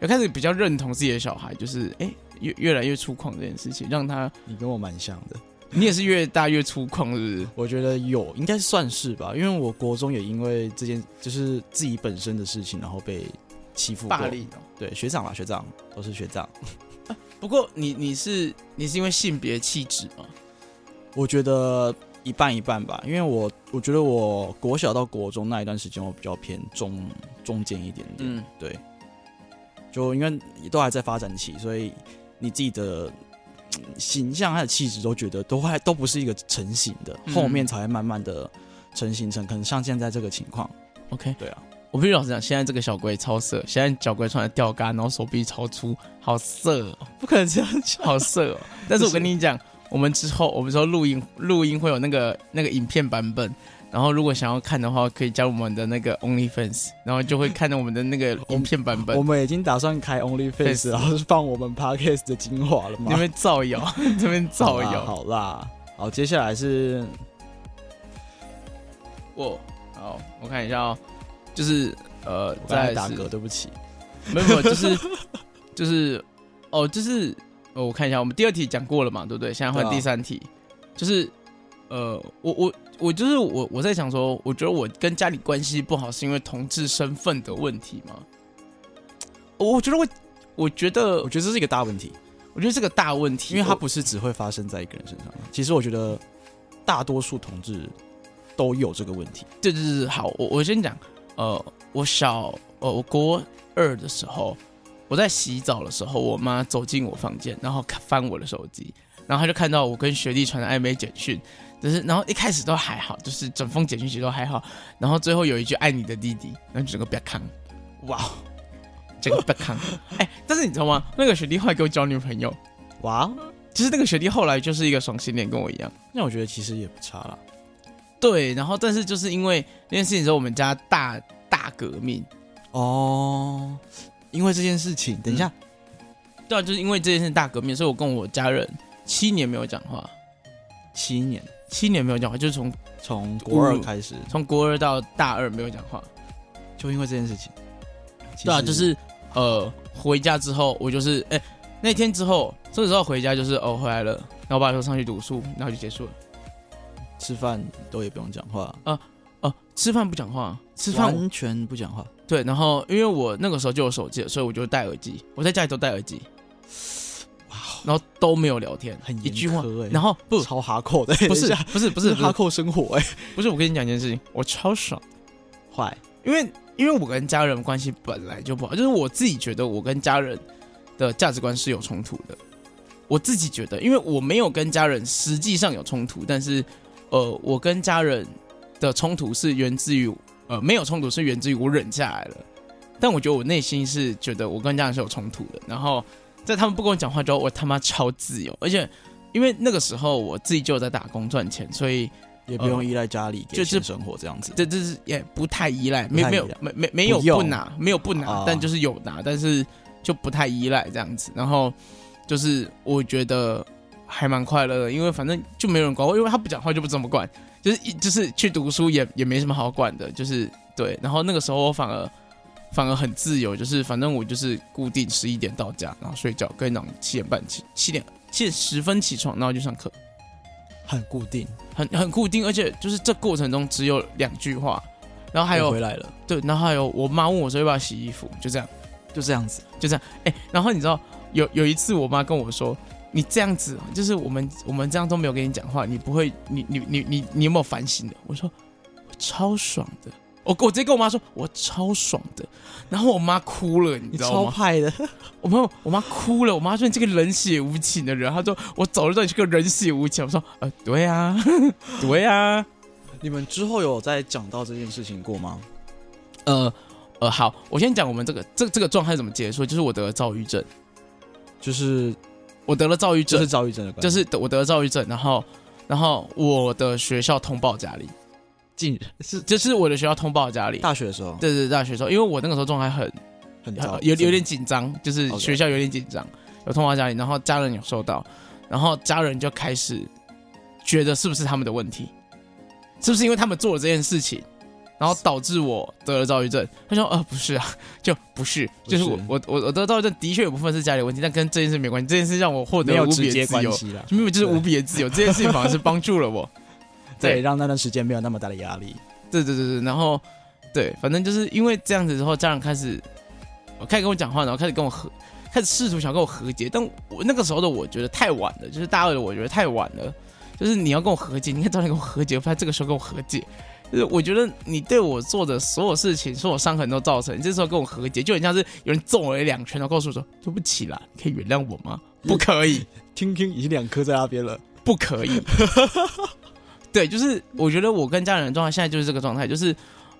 B: 有开始比较认同自己的小孩，就是哎、诶越越来越粗犷这件事情，让他
A: 你跟我蛮像的。
B: 你也是越大越粗犷，是不是？
A: 我觉得有，应该算是吧，因为我国中也因为这件就是自己本身的事情，然后被欺负过
B: 霸凌、哦。
A: 对，学长啦，学长都是学长。
B: 不过你你是你是因为性别气质吗？
A: 我觉得一半一半吧，因为我我觉得我国小到国中那一段时间，我比较偏中中间一点点。
B: 嗯，
A: 对，就因为也都还在发展期，所以你自己的嗯形象还有气质都觉得都还都不是一个成型的，
B: 嗯
A: 后面才会慢慢的成型成，可能像现在这个情况。
B: OK，
A: 对啊，
B: 我必须老实讲，现在这个小龟超色，现在小龟穿的吊嘎，然后手臂超粗，好色、哦，
A: 不可能这样讲。
B: 好色、哦。但是我跟你讲，我们之后我们之后录音录音会有那个那个影片版本，然后如果想要看的话，可以加入我们的那个 OnlyFans，然后就会看到我们的 那个影片版本
A: 我。们已经打算开 OnlyFans，
B: Face
A: 然后是放我们 Podcast 的精华了
B: 那
A: 吗？
B: 边造谣， 这边
A: 好
B: 造
A: 啦
B: 谣。
A: 好啦，好，接下来是
B: 我好，我看一下哦，就是呃，
A: 我刚
B: 在
A: 才打嗝，对不起。
B: 没有没有，就是 就是哦，就是哦，我看一下，我们第二题讲过了嘛，对不对？现在换
A: 对啊
B: 第三题，就是呃，我我我就是我我在想说，我觉得我跟家里关系不好是因为同志身份的问题吗？我觉得呃我我觉得
A: 我觉得这是一个大问题，
B: 我觉得这个大问题，
A: 因为它
B: 我
A: 不是只会发生在一个人身上。其实我觉得大多数同志都有这个问题。
B: 对对对，好，我我先讲，呃，我小呃，我国二的时候，我在洗澡的时候，我妈走进我房间，然后看翻我的手机，然后她就看到我跟学弟传的暧昧简讯，就是然后一开始都还好，就是整封简讯其实都还好，然后最后有一句爱你的弟弟，然后整个不要看，
A: 哇
B: 整个不要看，哎，但是你知道吗？那个学弟后来给我交女朋友，
A: 哇，
B: 就是那个学弟后来就是一个双性恋，跟我一样。
A: 那我觉得其实也不差啦。
B: 对，然后但是就是因为那件事情之后，我们家大大革命。
A: 哦，因为这件事情，等一下，
B: 对啊，就是因为这件事大革命，所以我跟我家人七年没有讲话，
A: 七年
B: 七年没有讲话，就是从
A: 从国二开始，
B: 从国二到大二没有讲话。
A: 就因为这件事情。其实
B: 对啊，就是呃，回家之后我就是哎、那天之后，这时候回家就是哦回来了，然后我爸说上去读书，然后就结束了。
A: 吃饭都也不用讲话，
B: 哦、吃饭不讲话，吃饭
A: 完全不讲话。
B: 对，然后因为我那个时候就有手机了，所以我就戴耳机，我在家里都戴耳机，然后都没有聊天，
A: 哦很
B: 一句话
A: 严苛欸，
B: 然后 不
A: 超哈扣的，
B: 不是
A: 等一下
B: 不是不
A: 这 是
B: 是不
A: 哈
B: 是
A: 扣生活哎、
B: 不是，我跟你讲一件事情，我超爽。
A: 坏
B: 因为因为我跟家人关系本来就不好，就是我自己觉得我跟家人的价值观是有冲突的。我自己觉得，因为我没有跟家人实际上有冲突，但是呃，我跟家人的冲突是源自于呃没有冲突是源自于我忍下来了，但我觉得我内心是觉得我跟家人是有冲突的。然后在他们不跟我讲话之后，我他妈超自由，而且因为那个时候我自己就有在打工赚钱，所以
A: 也不用依赖家里给
B: 就是
A: 钱生活这样子。
B: 这这是也不太依赖，
A: 不
B: 没
A: 太
B: 没
A: 依
B: 有
A: 赖
B: 没没没有
A: 不用
B: 不拿，没有不拿，
A: 啊
B: 但就是有拿，但是就不太依赖这样子。然后就是我觉得还蛮快乐的，因为反正就没有人管我，因为他不讲话就不怎么管，就是一就是去读书也也没什么好管的，就是对。然后那个时候我反而反而很自由，就是反正我就是固定十一点到家，然后睡觉，跟你讲七点半起七点七点十分起床，然后就上课。
A: 很固定，
B: 很很固定，而且就是这过程中只有两句话，然后还
A: 我
B: 有
A: 回来了，
B: 对，然后还有我妈问我说要不要洗衣服，就这样，
A: 就这样子。
B: 就这样，哎、然后你知道有有一次我妈跟我说，你这样子就是我们我们这样都没有跟你讲话，你不会，你你你你你有没有反省的？我说我超爽的，我我直接跟我妈说我超爽的，然后我妈哭了，你
A: 你
B: 知道
A: 超
B: 吗？
A: 派的，
B: 我没有，我妈哭了，我妈说你这个冷血无情的人，她说我早就知道你是个冷血无情，我说呃对啊， 对啊。
A: 你们之后有在讲到这件事情过吗？
B: 呃呃，好，我先讲我们这个这这个状态怎么结束，就是我得了躁郁症，
A: 就是
B: 我得了躁郁
A: 就
B: 症，
A: 是躁郁症的关
B: 就
A: 系，
B: 是得我得了躁郁症，然后然后我的学校通报家里，
A: 近
B: 是就是我的学校通报家里，
A: 大学的时候
B: 对对大学时候，因为我那个时候状态很
A: 很
B: 很
A: 躁，
B: 有有点紧张，就是
A: OK
B: 学校有点紧张，有通报家里，然后家人有收到，然后家人就开始觉得是不是他们的问题，是不是因为他们做了这件事情，然后导致我得了躁郁症？他说呃不是啊，就不是，
A: 不
B: 就是是我我我我得躁郁症的确有部分是家里的问题，但跟这件事没关系，这件事让我获得
A: 没有
B: 无
A: 直
B: 比的
A: 接
B: 自
A: 关
B: 由，
A: 系啦。
B: 没有就是
A: 对
B: 无比的自由，这件事情反而是帮助了我。
A: 对，让那段时间没有那么大的压力。
B: 对对对对，然后 对，反正就是因为这样子之后，家长开始我开始跟我讲话，然后开始跟我和开始试图想跟我和解，但我那个时候的我觉得太晚了，就是大二的我觉得太晚了，就是你要跟我和解，你应该早点跟我和解，不要这个时候跟我和解。就是我觉得你对我做的所有事情，所有伤痕都造成，你这时候跟我和解，就很像是有人揍我一两拳，然后告诉我说对不起啦，你可以原谅我吗？不可以。
A: 听听已经两颗在那边了，
B: 不可以。对，就是我觉得我跟家人的状态现在就是这个状态，就是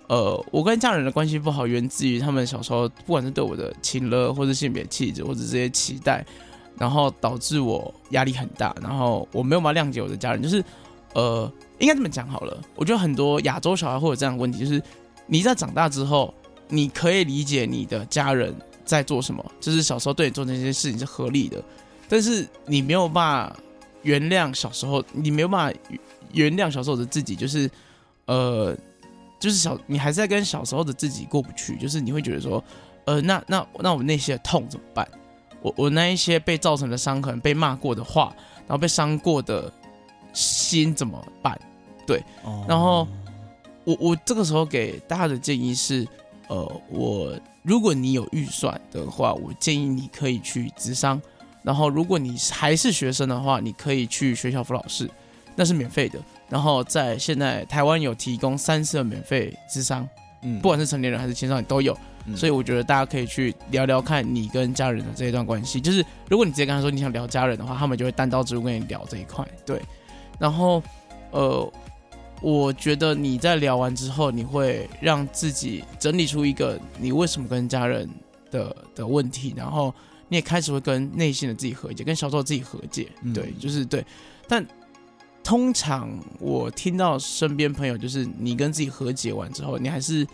B: 呃，我跟家人的关系不好，源自于他们小时候不管是对我的亲热，或是性别气质，或者这些期待，然后导致我压力很大，然后我没有办法谅解我的家人，就是呃，应该这么讲好了。我觉得很多亚洲小孩会有这样的问题，就是你在长大之后，你可以理解你的家人在做什么，就是小时候对你做那些事情是合理的，但是你没有办法原谅小时候，你没有办法原谅小时候的自己，就是呃，就是小你还是在跟小时候的自己过不去，就是你会觉得说，呃，那那那我那些痛怎么办？我我那一些被造成的伤痕，被骂过的话，然后被伤过的心怎么办？
A: 哦
B: 然后我我这个时候给大家的建议是，呃，我如果你有预算的话，我建议你可以去咨商。然后，如果你还是学生的话，你可以去学校辅导室，那是免费的。然后在现在台湾有提供三次的免费咨商，
A: 嗯
B: 不管是成年人还是青少年都有。
A: 嗯
B: 所以我觉得大家可以去聊聊看你跟家人的这一段关系。就是如果你直接跟他说你想聊家人的话，他们就会单刀直入跟你聊这一块。对，然后呃，我觉得你在聊完之后，你会让自己整理出一个你为什么跟家人的的问题，然后你也开始会跟内心的自己和解，跟小时候自己和解。
A: 嗯
B: 对，就是对，但。通常我听到身边朋友，就是你跟自己和解完之后，你还是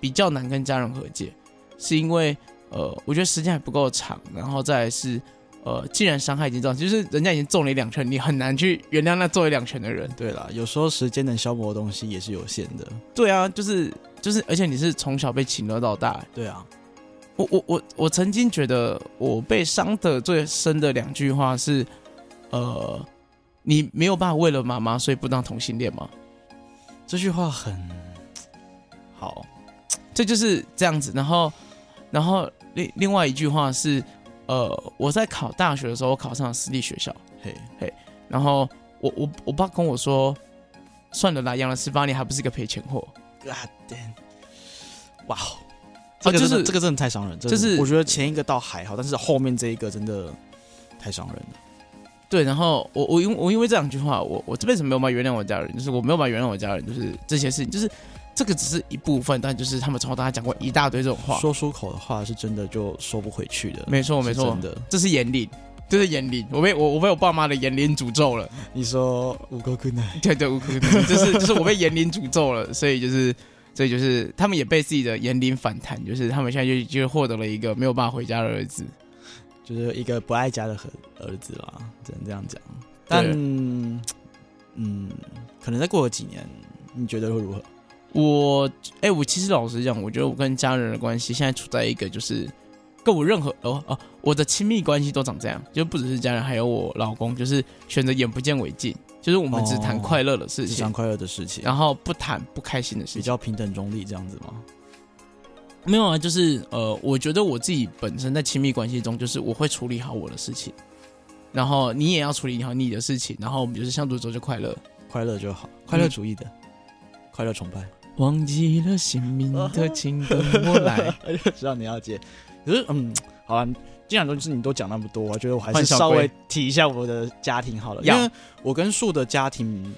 B: 比较难跟家人和解，是因为呃，我觉得时间还不够长，然后再来是呃，既然伤害已经造成，就是人家已经中了你两拳，你很难去原谅那中了两拳的人。
A: 对啦，有时候时间能消磨的东西也是有限的。
B: 对啊，就是就是，而且你是从小被侵略到大。
A: 对啊，
B: 我我我我曾经觉得我被伤的最深的两句话是，呃，你没有办法为了妈妈，所以不当同性恋吗？
A: 这句话很好，
B: 这就是这样子。然后，然后另另外一句话是，呃，我在考大学的时候，我考上了私立学校，
A: 嘿，
B: 然后我我我爸跟我说，算了啦，养了十八年还不是一个赔钱货。
A: God damn！哇哦，这个
B: 就
A: 真的、
B: 是
A: 这个真的太伤人，这
B: 就是
A: 我觉得前一个倒还好，但是后面这一个真的太伤人了。
B: 对，然后我我因我因为这两句话，我我这辈子没有办法原谅我家人，就是我没有办法原谅我家人，就是这些事情，就是这个只是一部分，但就是他们从小到大讲过一大堆这种话。
A: 说出口的话是真的就说不回去的，
B: 没错
A: 是
B: 没错
A: 真，的。
B: 这是言灵，这是言灵，我被我我被我爸妈的言灵诅咒了。
A: 你说五个姑奶，
B: 对对，我可能就是就是我被言灵诅咒了，所以就是所以就是他们也被自己的言灵反弹，就是他们现在就就获得了一个没有办法回家的儿子。
A: 就是一个不爱家的儿儿子啦，只能这样讲。但
B: 对
A: 嗯，可能再过个几年，你觉得会如何？
B: 我哎、我其实老实讲，我觉得我跟家人的关系现在处在一个就是跟我任何哦哦、我的亲密关系都长这样，就不只是家人，还有我老公，就是选择眼不见为净，就是我们只谈
A: 哦
B: 快乐的事
A: 只
B: 情，
A: 想快乐的事情，
B: 然后不谈不开心的事
A: 比
B: 情。
A: 较平等中立这样子吗？
B: 没有啊，就是呃，我觉得我自己本身在亲密关系中，就是我会处理好我的事情，然后你也要处理好你的事情，然后我们就是相处之后就快乐。
A: 快乐就好，快乐主义的，快乐崇拜。，
B: 忘记了姓名的，请跟我 来。
A: 知道你要接。可是，嗯，好啊，既然都是你都讲那么多，我觉得我还
B: 换
A: 是
B: 小
A: 稍
B: 龟
A: 微提一下我的家庭好了，因
B: 要
A: 为我跟树的家庭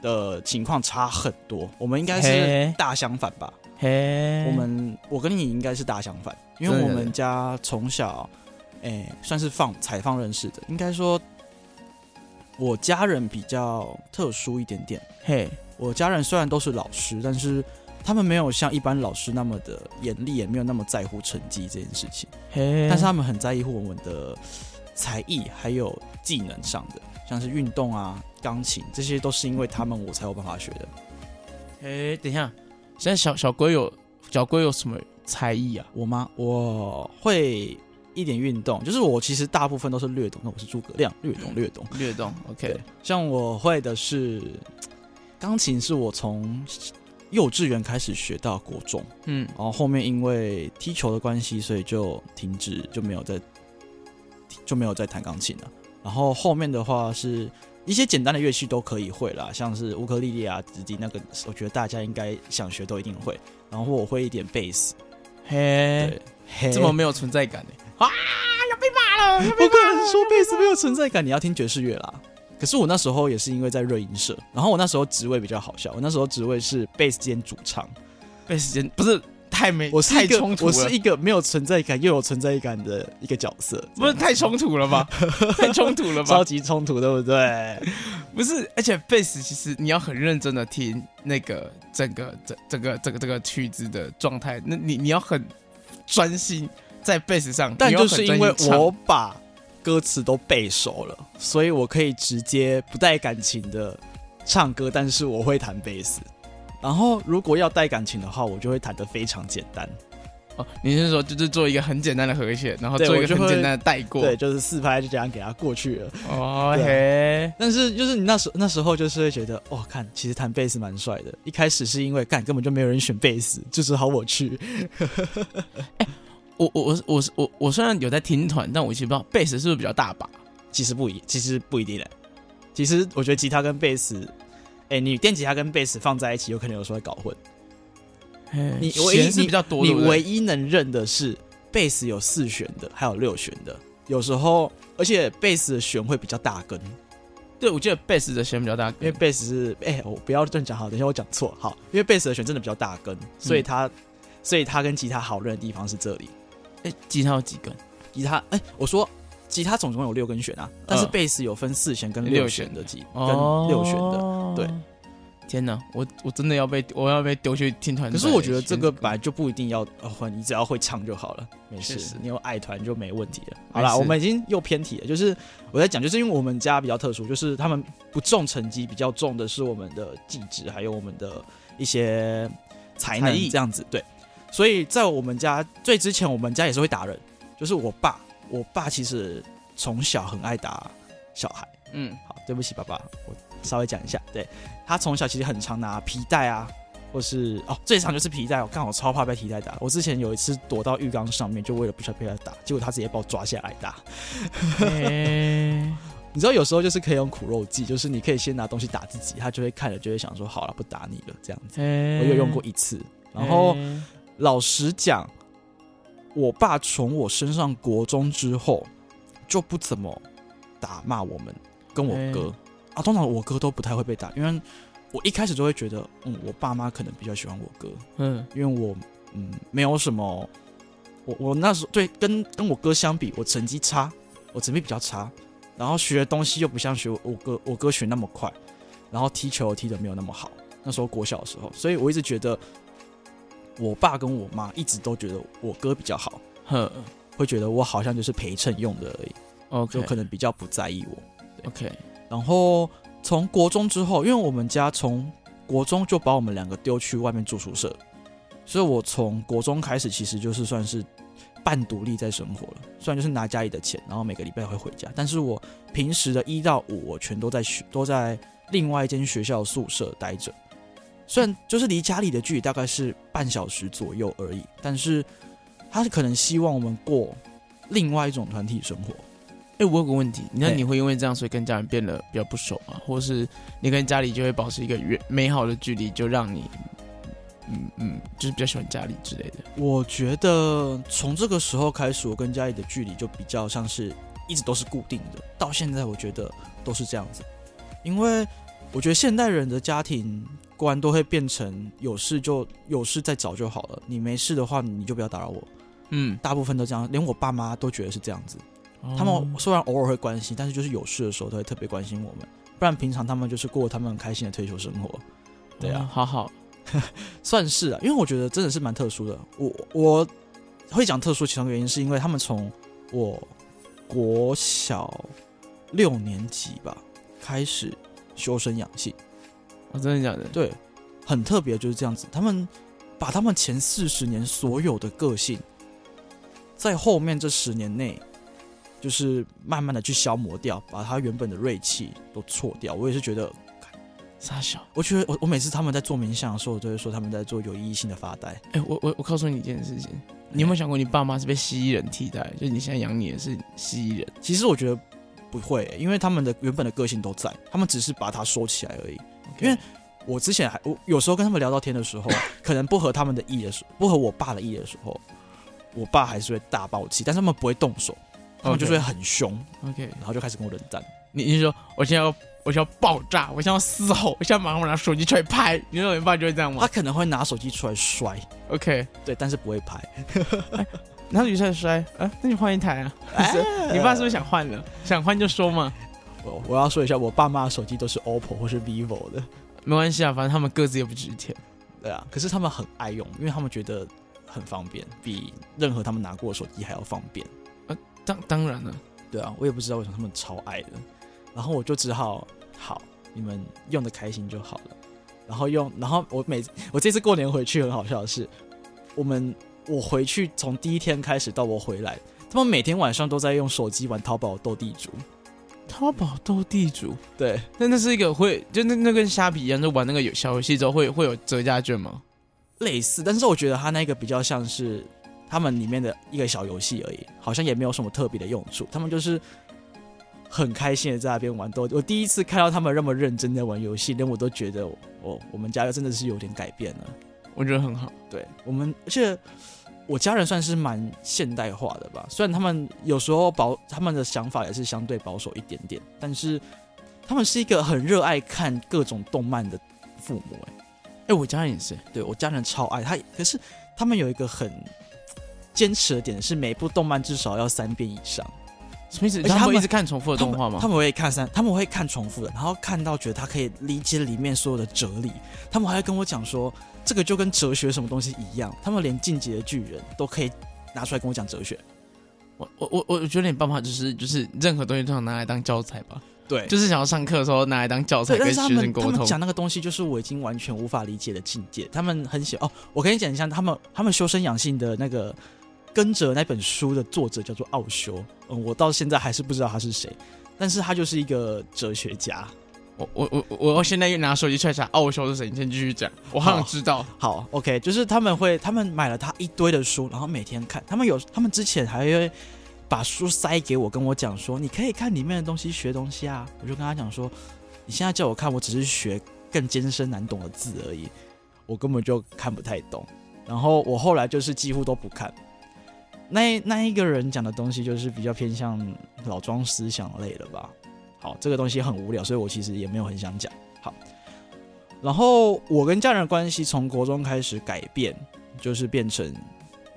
A: 的情况差很多，我们应该是
B: 嘿，
A: 大相反吧？
B: 嘿，
A: 我们我跟你应该是大相反，因为
B: 哎真
A: 我
B: 的
A: 们家从小，哎、算是放采放认识的，应该说，我家人比较特殊一点点。
B: 嘿，
A: 我家人虽然都是老师，但是他们没有像一般老师那么的严厉，也没有那么在乎成绩这件事情，
B: 嘿，
A: 但是他们很在乎我们的才艺还有技能上的，像是运动啊、钢琴这些都是因为他们我才有办法学的。
B: 嘿，等一下，现在小小龟有小龟有什么才艺啊？
A: 我吗？我会一点运动，就是我其实大部分都是略懂，那我是诸葛亮，略懂略懂。
B: 略动，OK，
A: 对，像我会的是钢琴，是我从幼稚园开始学到国中。
B: 嗯，
A: 然后后面因为踢球的关系，所以就停止，就没有再就没有再弹钢琴了。然后后面的话是一些简单的乐器都可以会啦，像是乌克丽丽啊、直笛那个，我觉得大家应该想学都一定会。然后我会一点贝斯，
B: 嘿，
A: 对，嘿
B: 这么没有存在感呢？欸
A: 不可能说贝斯没有存在感，你要听爵士乐啦。可是我那时候也是因为在热音社，然后我那时候职位比较好笑，我那时候职位是贝斯兼主唱，
B: 被时间不是。太没，
A: 我是
B: 太
A: 一个
B: 冲突
A: 我
B: 了，
A: 是一个没有存在感又有存在感的一个角色，
B: 不是太冲突了 吧？太冲突了吧
A: 超？级冲突，对不 对？
B: 不是，而且贝斯其实你要很认真的听那个整个整整个这个这个曲子的状态，那你你要很专心在贝斯上，
A: 但
B: 你要
A: 就
B: 很
A: 是
B: 专
A: 因
B: 心
A: 为
B: 唱
A: 我把歌词都背熟了，所以我可以直接不带感情的唱歌，但是我会弹贝斯。然后如果要带感情的话，我就会弹得非常简单，
B: 哦，你是说就是做一个很简单的和谐，然后
A: 对
B: 做一
A: 我
B: 个
A: 就
B: 很
A: 会
B: 简单的带过，
A: 对，就是四拍就这样给它过去了。
B: 哦
A: 对
B: 嘿，
A: 但是就是你那时那时候就是会觉得，哦，看，其实弹贝斯蛮帅的。一开始是因为干根本就没有人选贝斯，就只好我去。
B: 我我我我我我虽然有在听团，但我其实不知道贝斯是不是比较大把。
A: 其实不一，其实不一定的。其实我觉得吉他跟贝斯，哎、你电吉他跟贝斯放在一起，有可能有时候会搞混。
B: 嘿
A: 你唯一
B: 弦是
A: 你
B: 比较多，
A: 你
B: 对不对
A: 唯一能认的是贝斯有四弦的，还有六弦的。有时候，而且贝斯的弦会比较大根，
B: 对我记得贝斯的弦比较大，
A: 因为贝斯是哎、我不要这样讲好，等一下我讲错。好，因为贝斯的弦真的比较大根，
B: 嗯
A: 所以它，所以它跟吉他好认的地方是这里。
B: 哎吉他有几根？
A: 吉他，哎、我说吉他总共有六根弦啊，但是贝斯有分四弦跟
B: 嗯六
A: 六
B: 弦
A: 弦的吉，跟
B: 哦，
A: 六弦的。对。
B: 天哪，我我真的要被我要被丢去听团
A: 可
B: 队。
A: 是我觉得这个
B: 版
A: 本来就不一定要呃混，你只要会唱就好了，没
B: 确实
A: 事，你有爱团就没问题了。好啦，
B: 没事
A: 我们已经又偏题了，就是我在讲，就是因为我们家比较特殊，就是他们不重成绩，比较重的是我们的技职，还有我们的一些才能
B: 才艺
A: 这样子。对，所以在我们家最之前，我们家也是会打人，就是我爸，我爸其实从小很爱打小孩。
B: 嗯
A: 好，对不起，爸爸，我稍微讲一下。对他从小其实很常拿皮带啊，或是哦，最常就是皮带。我刚好超怕被皮带打。我之前有一次躲到浴缸上面，就为了不想被他打，结果他直接把我抓下来打。
B: 嘿
A: 你知道有时候就是可以用苦肉计，就是你可以先拿东西打自己，他就会看了就会想说好了，不打你了这样子。
B: 嘿
A: 我有用过一次，然后
B: 嘿
A: 老实讲，我爸从我升上国中之后就不怎么打骂我们，跟我哥、啊，通常我哥都不太会被打，因为我一开始就会觉得，嗯，我爸妈可能比较喜欢我哥，
B: 嗯
A: 因为我嗯没有什么，我我那时候对跟跟我哥相比，我成绩差，我成绩比较差，然后学的东西又不像学我哥我哥学那么快，然后踢球踢的没有那么好，那时候国小的时候，所以我一直觉得我爸跟我妈一直都觉得我哥比较好，
B: 呵
A: 会觉得我好像就是陪衬用的而已，
B: ，OK
A: 就可能比较不在意我。
B: OK，
A: 然后从国中之后，因为我们家从国中就把我们两个丢去外面住宿舍，所以我从国中开始其实就是算是半独立在生活了。虽然就是拿家里的钱，然后每个礼拜会回家，但是我平时的一到五我全都在学，都在另外一间学校宿舍待着。虽然就是离家里的距离大概是半小时左右而已，但是他是可能希望我们过另外一种团体生活。
B: 哎，我有个问题，那
A: 嘿
B: 你会因为这样，所以跟家人变得比较不熟吗？或是你跟家里就会保持一个远美好的距离，就让你，嗯嗯，就是比较喜欢家里之类的？
A: 我觉得从这个时候开始，我跟家里的距离就比较像是一直都是固定的，到现在我觉得都是这样子。因为我觉得现代人的家庭观都会变成有事就有事再找就好了，你没事的话你就不要打扰我。
B: 嗯，
A: 大部分都这样，连我爸妈都觉得是这样子。他
B: 哦
A: 们虽然偶尔会关心，但是就是有事的时候他会特别关心我们，不然平常他们就是过他们很开心的退休生活。对啊
B: 哦好好，
A: 算是啊，因为我觉得真的是蛮特殊的。我我会讲特殊，其中一个原因是因为他们从我国小六年级吧开始修身养性，
B: 我哦真的假的？
A: 对，很特别就是这样子。他们把他们前四十年所有的个性，在后面这十年内，就是慢慢的去消磨掉，把他原本的锐气都挫掉。我也是觉得，
B: 傻小。
A: 我觉得我我每次他们在做冥想的时候，我都会说他们在做有意义性的发呆。
B: 哎、我我我告诉你一件事情，你有没有想过你爸妈是被蜥蜴人替代？就是你现在养你的是蜥蜴人，
A: 其实我觉得不会、因为他们的原本的个性都在，他们只是把它收起来而已。因为
B: 哦
A: 我之前还我有时候跟他们聊到天的时候， 可能不合他们的意的时候，不合我爸的意的时候，我爸还是会大爆气，但是他们不会动手，他们就是会很凶
B: OK，
A: 然后就开始跟我冷战。
B: 你你是说我现在要我想要爆炸，我想要嘶吼，我想马上拿手机出来拍。你知道你爸就会这样
A: 他
B: 吗
A: 可能会拿手机出来摔，
B: ？OK，
A: 对，但是不会 拍。
B: 拿手机出来摔啊，那你换一台啊。 你爸是不是想换了？想换就说嘛，
A: 我我要说一下，我爸妈的手机都是 OPPO 或是 vivo 的，
B: 没关系啊，反正他们各自也不值钱。
A: 对啊，可是他们很爱用，因为他们觉得很方便，比任何他们拿过的手机还要方便。
B: 当当然了，
A: 对啊，我也不知道为什么他们超爱的，然后我就只好好，你们用的开心就好了。然后用，然后我每我这次过年回去很好笑的是，我们我回去从第一天开始到我回来，他们每天晚上都在用手机玩淘宝斗地主。
B: 淘宝斗地主，
A: 对，
B: 那那是一个会，就那那跟虾皮一样，就玩那个有小游戏之后会会有折价券吗？
A: 类似，但是我觉得它那个比较像是他们里面的一个小游戏而已，好像也没有什么特别的用处。他们就是很开心的在那边玩斗。我第一次看到他们那么认真的玩游戏，连我都觉得我，我我们家真的是有点改变了。
B: 我觉得很好。
A: 对我们，而且我家人算是蛮现代化的吧，虽然他们有时候保他们的想法也是相对保守一点点，但是他们是一个很热爱看各种动漫的父母、欸。
B: 哎、我家人也是，
A: 对我家人超爱他，可是他们有一个很坚持的点是，每部动漫至少要三遍以上。
B: 什么意思？
A: 而且他们
B: 他们一直看重复的
A: 他
B: 动
A: 们
B: 画吗？
A: 他们会看三，他们会看重复的，然后看到觉得他可以理解里面所有的哲理。他们还会跟我讲说，这个就跟哲学什么东西一样，他们连《进击的巨人》都可以拿出来跟我讲哲学。
B: 我我我我觉得你爸妈就是就是任何东西都想拿来当教材吧，
A: 对
B: 就是想要上课的时候拿来当教材
A: 哎对，但
B: 跟
A: 是他
B: 学生
A: 们他
B: 沟
A: 们
B: 通。
A: 讲那个东西，就是我已经完全无法理解的境界。他们很喜哦，我跟你讲一下，他们他们修身养性的那个跟着那本书的作者叫做奥修，嗯，我到现在还是不知道他是谁，但是他就是一个哲学家。
B: 我我我我我现在又拿手机出来查哦奥修是谁，你先继续讲，我好想
A: 好
B: 知道。
A: 好，OK，就是他们会，他们买了他一堆的书，然后每天看。他们有，他们之前还会把书塞给我，跟我讲说，你可以看里面的东西学东西啊。我就跟他讲说，你现在叫我看，我只是学更艰深难懂的字而已，我根本就看不太懂。然后我后来就是几乎都不看。那那一个人讲的东西就是比较偏向老庄思想类的吧。好，这个东西很无聊，所以我其实也没有很想讲。然后我跟家人的关系从国中开始改变，就是变成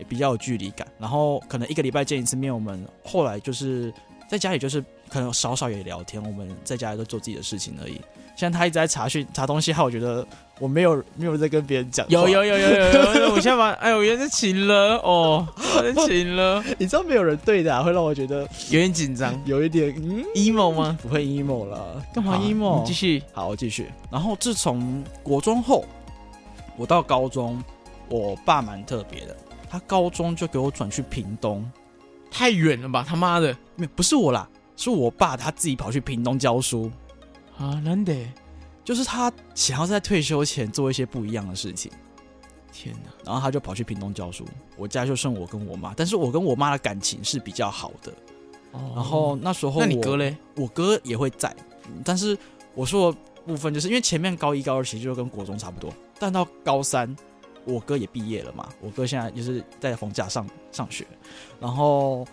A: 比较有距离感。然后可能一个礼拜见一次面，我们后来就是在家里就是可能少少也聊天，我们在家里都做自己的事情而已。现在他一直在查询查东西，害我觉得我没有没有在跟别人讲话。
B: 有有有有有有，我现在把哎，我原来请了 哦，我原来请了，
A: 你知道没有人对啊答、会让我觉得
B: 有点紧张
A: 有一点嗯
B: ，emo 吗？
A: 不会 emo 了，干嘛
B: 好
A: emo？
B: 你继续。
A: 好，我继续。然后自从国中后，我到高中，我爸蛮特别的，他高中就给我转去屏东，
B: 太远了吧，他妈的
A: 没有不是我啦，是我爸他自己跑去屏东教书，
B: 啊，难得，
A: 就是他想要在退休前做一些不一样的事情，
B: 天哪！
A: 然后他就跑去屏东教书。我家就剩我跟我妈，但是我跟我妈的感情是比较好的。
B: 哦
A: 然后那时候
B: 那你
A: 我
B: 哥嘞？
A: 我哥也会在，嗯但是我说的部分就是因为前面高一高二其实就跟国中差不多，但到高三我哥也毕业了嘛，我哥现在就是在逢甲上上学，然后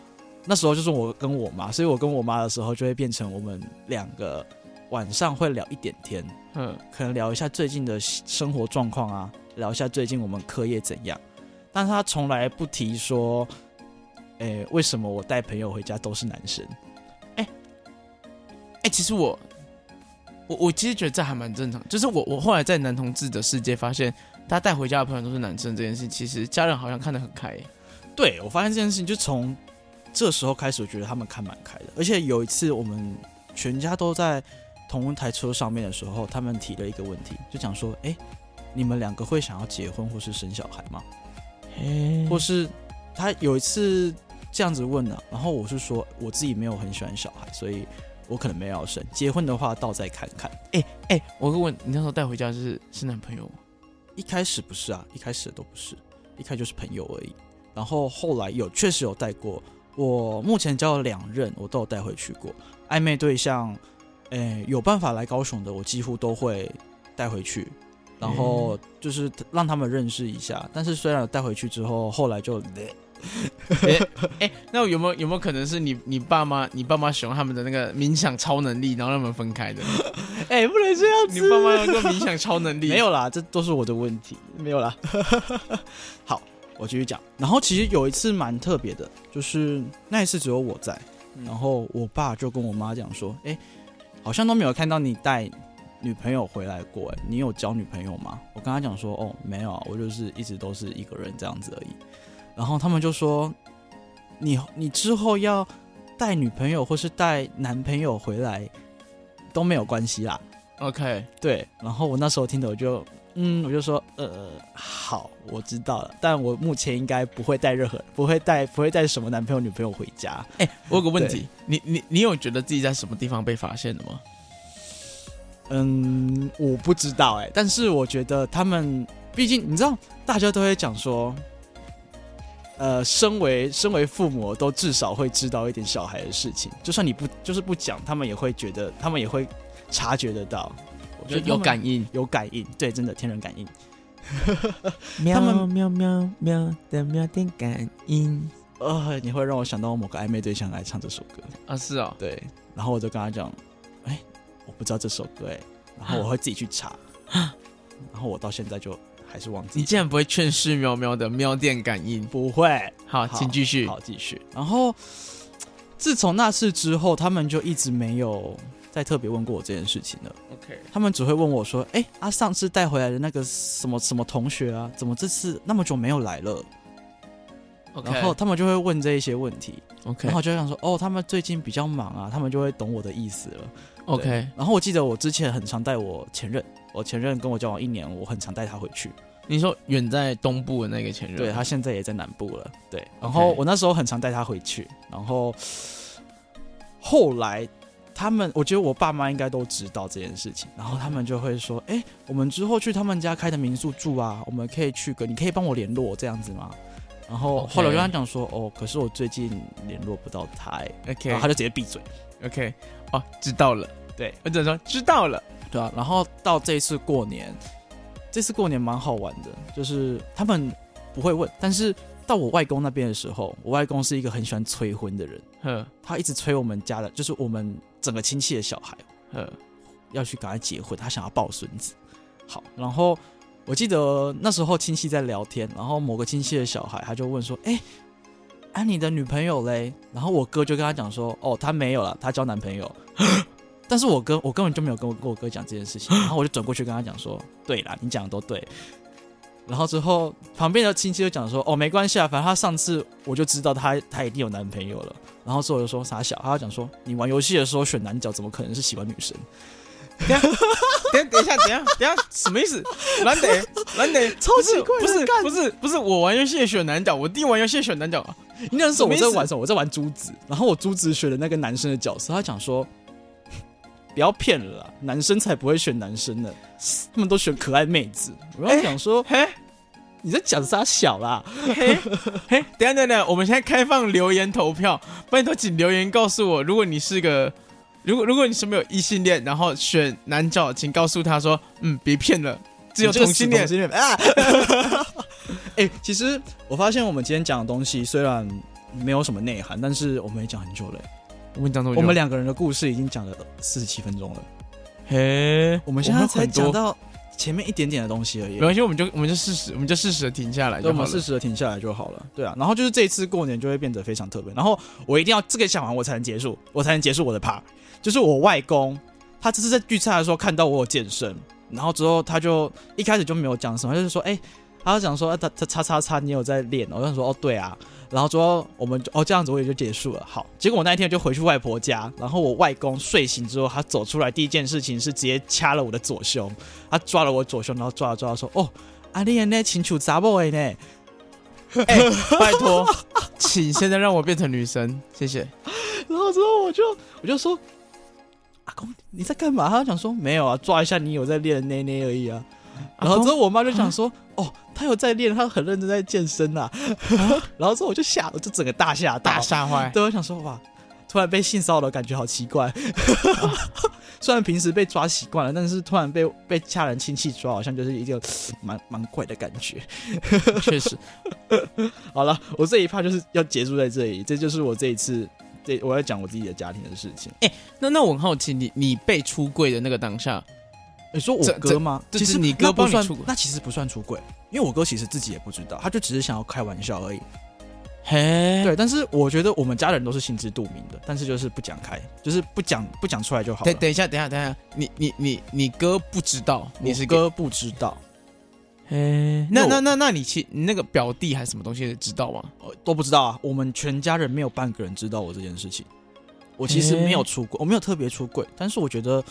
A: 那时候就是我跟我妈，所以我跟我妈的时候就会变成我们两个晚上会聊一点天，
B: 嗯，
A: 可能聊一下最近的生活状况啊，聊一下最近我们课业怎样。但是他从来不提说，诶、为什么我带朋友回家都是男生？
B: 哎、其实我，我我其实觉得这还蛮正常。就是我我后来在男同志的世界发现，他带回家的朋友都是男生这件事，其实家人好像看得很开耶。
A: 对我发现这件事情，就从这时候开始，我觉得他们看蛮开的。而且有一次，我们全家都在同一台车上面的时候，他们提了一个问题，就讲说：“哎，你们两个会想要结婚或是生小孩吗？”
B: 嗯
A: 或是他有一次这样子问的、然后我是说我自己没有很喜欢小孩，所以我可能没有要生。结婚的话，倒再看看。
B: 哎哎、我会问你那时候带回家是是男朋友吗？
A: 一开始不是啊，一开始都不是，一开始就是朋友而已。然后后来有确实有带过，我目前交了两任，我都有带回去过。暧昧对象，诶、有办法来高雄的，我几乎都会带回去，然后就是让他们认识一下。但是虽然带回去之后，后来就、呃
B: 那有没有有没有可能是你你爸妈你爸妈使用他们的那个冥想超能力，然后让他们分开的？
A: 哎、不能这样
B: 你爸妈有个冥想超能力？
A: 没，有啦，这都是我的问题，没有啦。 好，我继续讲。然后其实有一次蛮特别的，就是那一次只有我在，
B: 嗯
A: 然后我爸就跟我妈讲说：“哎、好像都没有看到你带女朋友回来过、哎，你有交女朋友吗？”我跟他讲说：“哦，没有啊，我就是一直都是一个人这样子而已。”然后他们就说：“你你之后要带女朋友或是带男朋友回来都没有关系啦。”
B: OK，
A: 对，然后我那时候听的我就，嗯，我就说，呃，好，我知道了，但我目前应该不会带任何，不会带，不会带什么男朋友女朋友回家。
B: 哎、我有个问题，你你你有觉得自己在什么地方被发现的吗？
A: 嗯，我不知道哎、但是我觉得他们，毕竟你知道，大家都会讲说，呃，身为身为父母，都至少会知道一点小孩的事情，就算你不就是不讲，他们也会觉得，他们也会察觉得到。我
B: 就
A: 觉得他
B: 有
A: 们
B: 感应，
A: 有感应，对，真的天人感应。
B: 喵
A: 们
B: 喵喵喵的喵电感应
A: 呃，你会让我想到某个暧昧对象来唱这首歌，
B: 啊，是哦，
A: 对，然后我就跟他讲，哎、我不知道这首歌、哎，然后我会自己去查，然后我到现在就还是忘
B: 你
A: 记，
B: 竟然不会劝世喵喵的喵电感应？
A: 不会，
B: 好，
A: 好
B: 请继续。
A: 好继续。然后自从那次之后，他们就一直没有再特别问过我这件事情了，
B: OK，
A: 他们只会问我说，哎、啊，上次带回来的那个什么什么同学啊，怎么这次那么久没有来了？然后他们就会问这一些问题，
B: OK
A: 然后我就想说，哦，他们最近比较忙啊，他们就会懂我的意思了。
B: OK，
A: 然后我记得我之前很常带我前任，我前任跟我交往一年，我很常带他回去。
B: 你说远在东部的那个前任，
A: 对他现在也在南部了，对。然后
B: OK
A: 我那时候很常带他回去，然后后来他们，我觉得我爸妈应该都知道这件事情，然后他们就会说：“哎，我们之后去他们家开的民宿住啊，我们可以去个，你可以帮我联络这样子吗？”然后
B: OK
A: 后来我就跟他讲说：“哦，可是我最近联络不到他、哎
B: OK
A: 然后他就直接闭嘴。
B: OK，哦，知道了。
A: 对，
B: 我只能说知道了。
A: 对啊，然后到这一次过年，这次过年蛮好玩的，就是他们不会问，但是到我外公那边的时候，我外公是一个很喜欢催婚的人，
B: 呵
A: 他一直催我们家的，就是我们整个亲戚的小孩
B: 呵，
A: 要去赶快结婚，他想要抱孙子。好，然后我记得那时候亲戚在聊天，然后某个亲戚的小孩他就问说：“哎、啊你的女朋友嘞？”然后我哥就跟他讲说：“哦，她没有了，她交男朋友。” 但是我哥我根本就没有跟我跟我哥讲这件事情，然后我就转过去跟他讲说：“对啦，你讲的都对。”然后之后旁边的亲戚就讲说：“哦，没关系啊，反正他上次我就知道他他一定有男朋友了。”然后之后我就说傻小，他就讲说：“你玩游戏的时候选男角，怎么可能是喜欢女生？”
B: 等等一下，等一下，等一下，什么意 思？蓝得蓝得，
A: 超
B: 不是
A: 奇怪的
B: 不是
A: 干
B: 不是不是，我玩游戏也选男角，我弟玩游戏也选男角。
A: 那时候我在
B: 什么意思
A: 玩什么？我在玩珠子，然后我珠子选的那个男生的角色，他讲说，不要骗了啦，男生才不会选男生呢，他们都选可爱妹子。我
B: 哎
A: 要想说，
B: 嘿
A: 你在讲啥小啦？
B: 嘿嘿，等一下等一下等一下，我们现在开放留言投票，拜托请留言告诉我，如果你是个。如果如果你身边有异性恋，然后选男角，请告诉他说，嗯，别骗了，只有
A: 你这个
B: 同
A: 死
B: 性
A: 同
B: 恋。
A: 性恋啊！哎、其实我发现我们今天讲的东西虽然没有什么内涵，但是我们也讲很久了、欸
B: 我们讲多久？
A: 我们两个人的故事已经讲了四十七分钟了，
B: 嘿，
A: 我们现在才
B: 很多
A: 讲到前面一点点的东西而已
B: 没。关系，我们就我们就适时，我们就适时的停下来
A: 对，
B: 就
A: 我
B: 好
A: 们
B: 了。
A: 适时的停下来就好了。对啊，然后就是这一次过年就会变得非常特别。然后我一定要这个讲完，我才能结束，我才能结束我的 part。就是我外公，他这次在聚餐的时候看到我有健身，然后之后他就一开始就没有讲什么，他就是说，哎、他就讲说，啊他他叉叉叉，你有在练哦？我就想说，哦，对啊。然后之后我们就哦这样子我也就结束了。好，结果我那一天就回去外婆家，然后我外公睡醒之后，他走出来第一件事情是直接掐了我的左胸，他抓了我左胸，然后抓了抓了说，哦。啊，你那清楚查某的呢？ 哎
B: 拜托，请现在让我变成女 神，谢谢。
A: 然后之后我就我就说，阿公你在干嘛？他就想说没有啊，抓一下你有在练的内内而已啊。然后之后我妈就想说，哦，他有在练，他很认真啊 在健身啊。然后之后我就吓，我就整个大吓到
B: 大吓坏，
A: 对，我想说哇，突然被性骚扰，感觉好奇怪。 虽然平时被抓习惯了，但是突然被被家人亲戚抓，好像就是一个蛮蛮怪的感觉。
B: 确实，
A: 好了，我这一趴就是要结束在这里，这就是我这一次这我要讲我自己的家庭的事情。
B: 那那我很好奇，你你被出柜的那个当下，
A: 你说我
B: 这
A: 哥吗？
B: 这
A: 其
B: 这
A: 实
B: 你哥
A: 那不
B: 帮你
A: 算
B: 出轨
A: 那其实不算出轨，因为我哥其实自己也不知道，他就只是想要开玩笑而已。
B: 嘿，
A: 对，但是我觉得我们家人都是心知肚明的，但是就是不讲开，就是不讲不讲出来就好了
B: 等。等一下，等一下，等一下，你你你你哥不知道你是
A: 我
B: gay
A: 哥不知道，
B: 嘿，那
A: 那我
B: 那那那你其你那个表弟还是什么东西的知道吗？
A: 呃都不知道啊，我们全家人没有半个人知道我这件事情。我其实没有出轨，我没有特别出轨，但是我觉得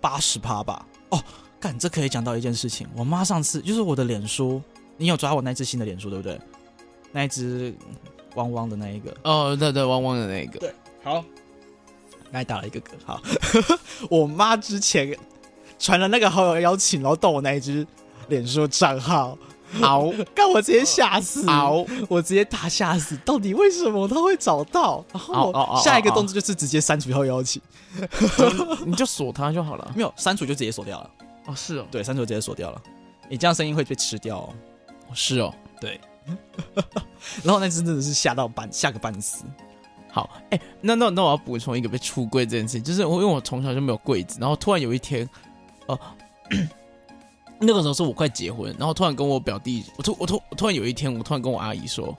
A: 八十趴吧。哦，干，这可以讲到一件事情，我妈上次就是我的脸书，你有抓我那只新的脸书对不对？那一只汪汪的那一个，
B: 哦，对对，汪汪的那个，
A: 好，来打了一个嗝。好， 我妈之前传了那个好友邀请，然后到我那一只脸书账号，
B: 嗷
A: 干我直接吓死，
B: 嗷，
A: 我直接大吓死。到底为什么他会找到？然后
B: 嗷嗷嗷
A: 我下一个动作就是直接删除好友邀请，
B: 你就锁他就好了。
A: 没有删除就直接锁掉了。
B: 哦，是哦，
A: 对，删除直接锁掉了。你这样声音会被吃掉、哦。
B: 是哦。
A: 然后那只真的是吓到半吓个半死。
B: 好，哎、那那那我要补充一个被出柜这件事情，就是我因为我从小就没有柜子，然后突然有一天，哦、那个时候是我快结婚，然后突然跟我表弟，我突我突我突然有一天，我突然跟我阿姨说，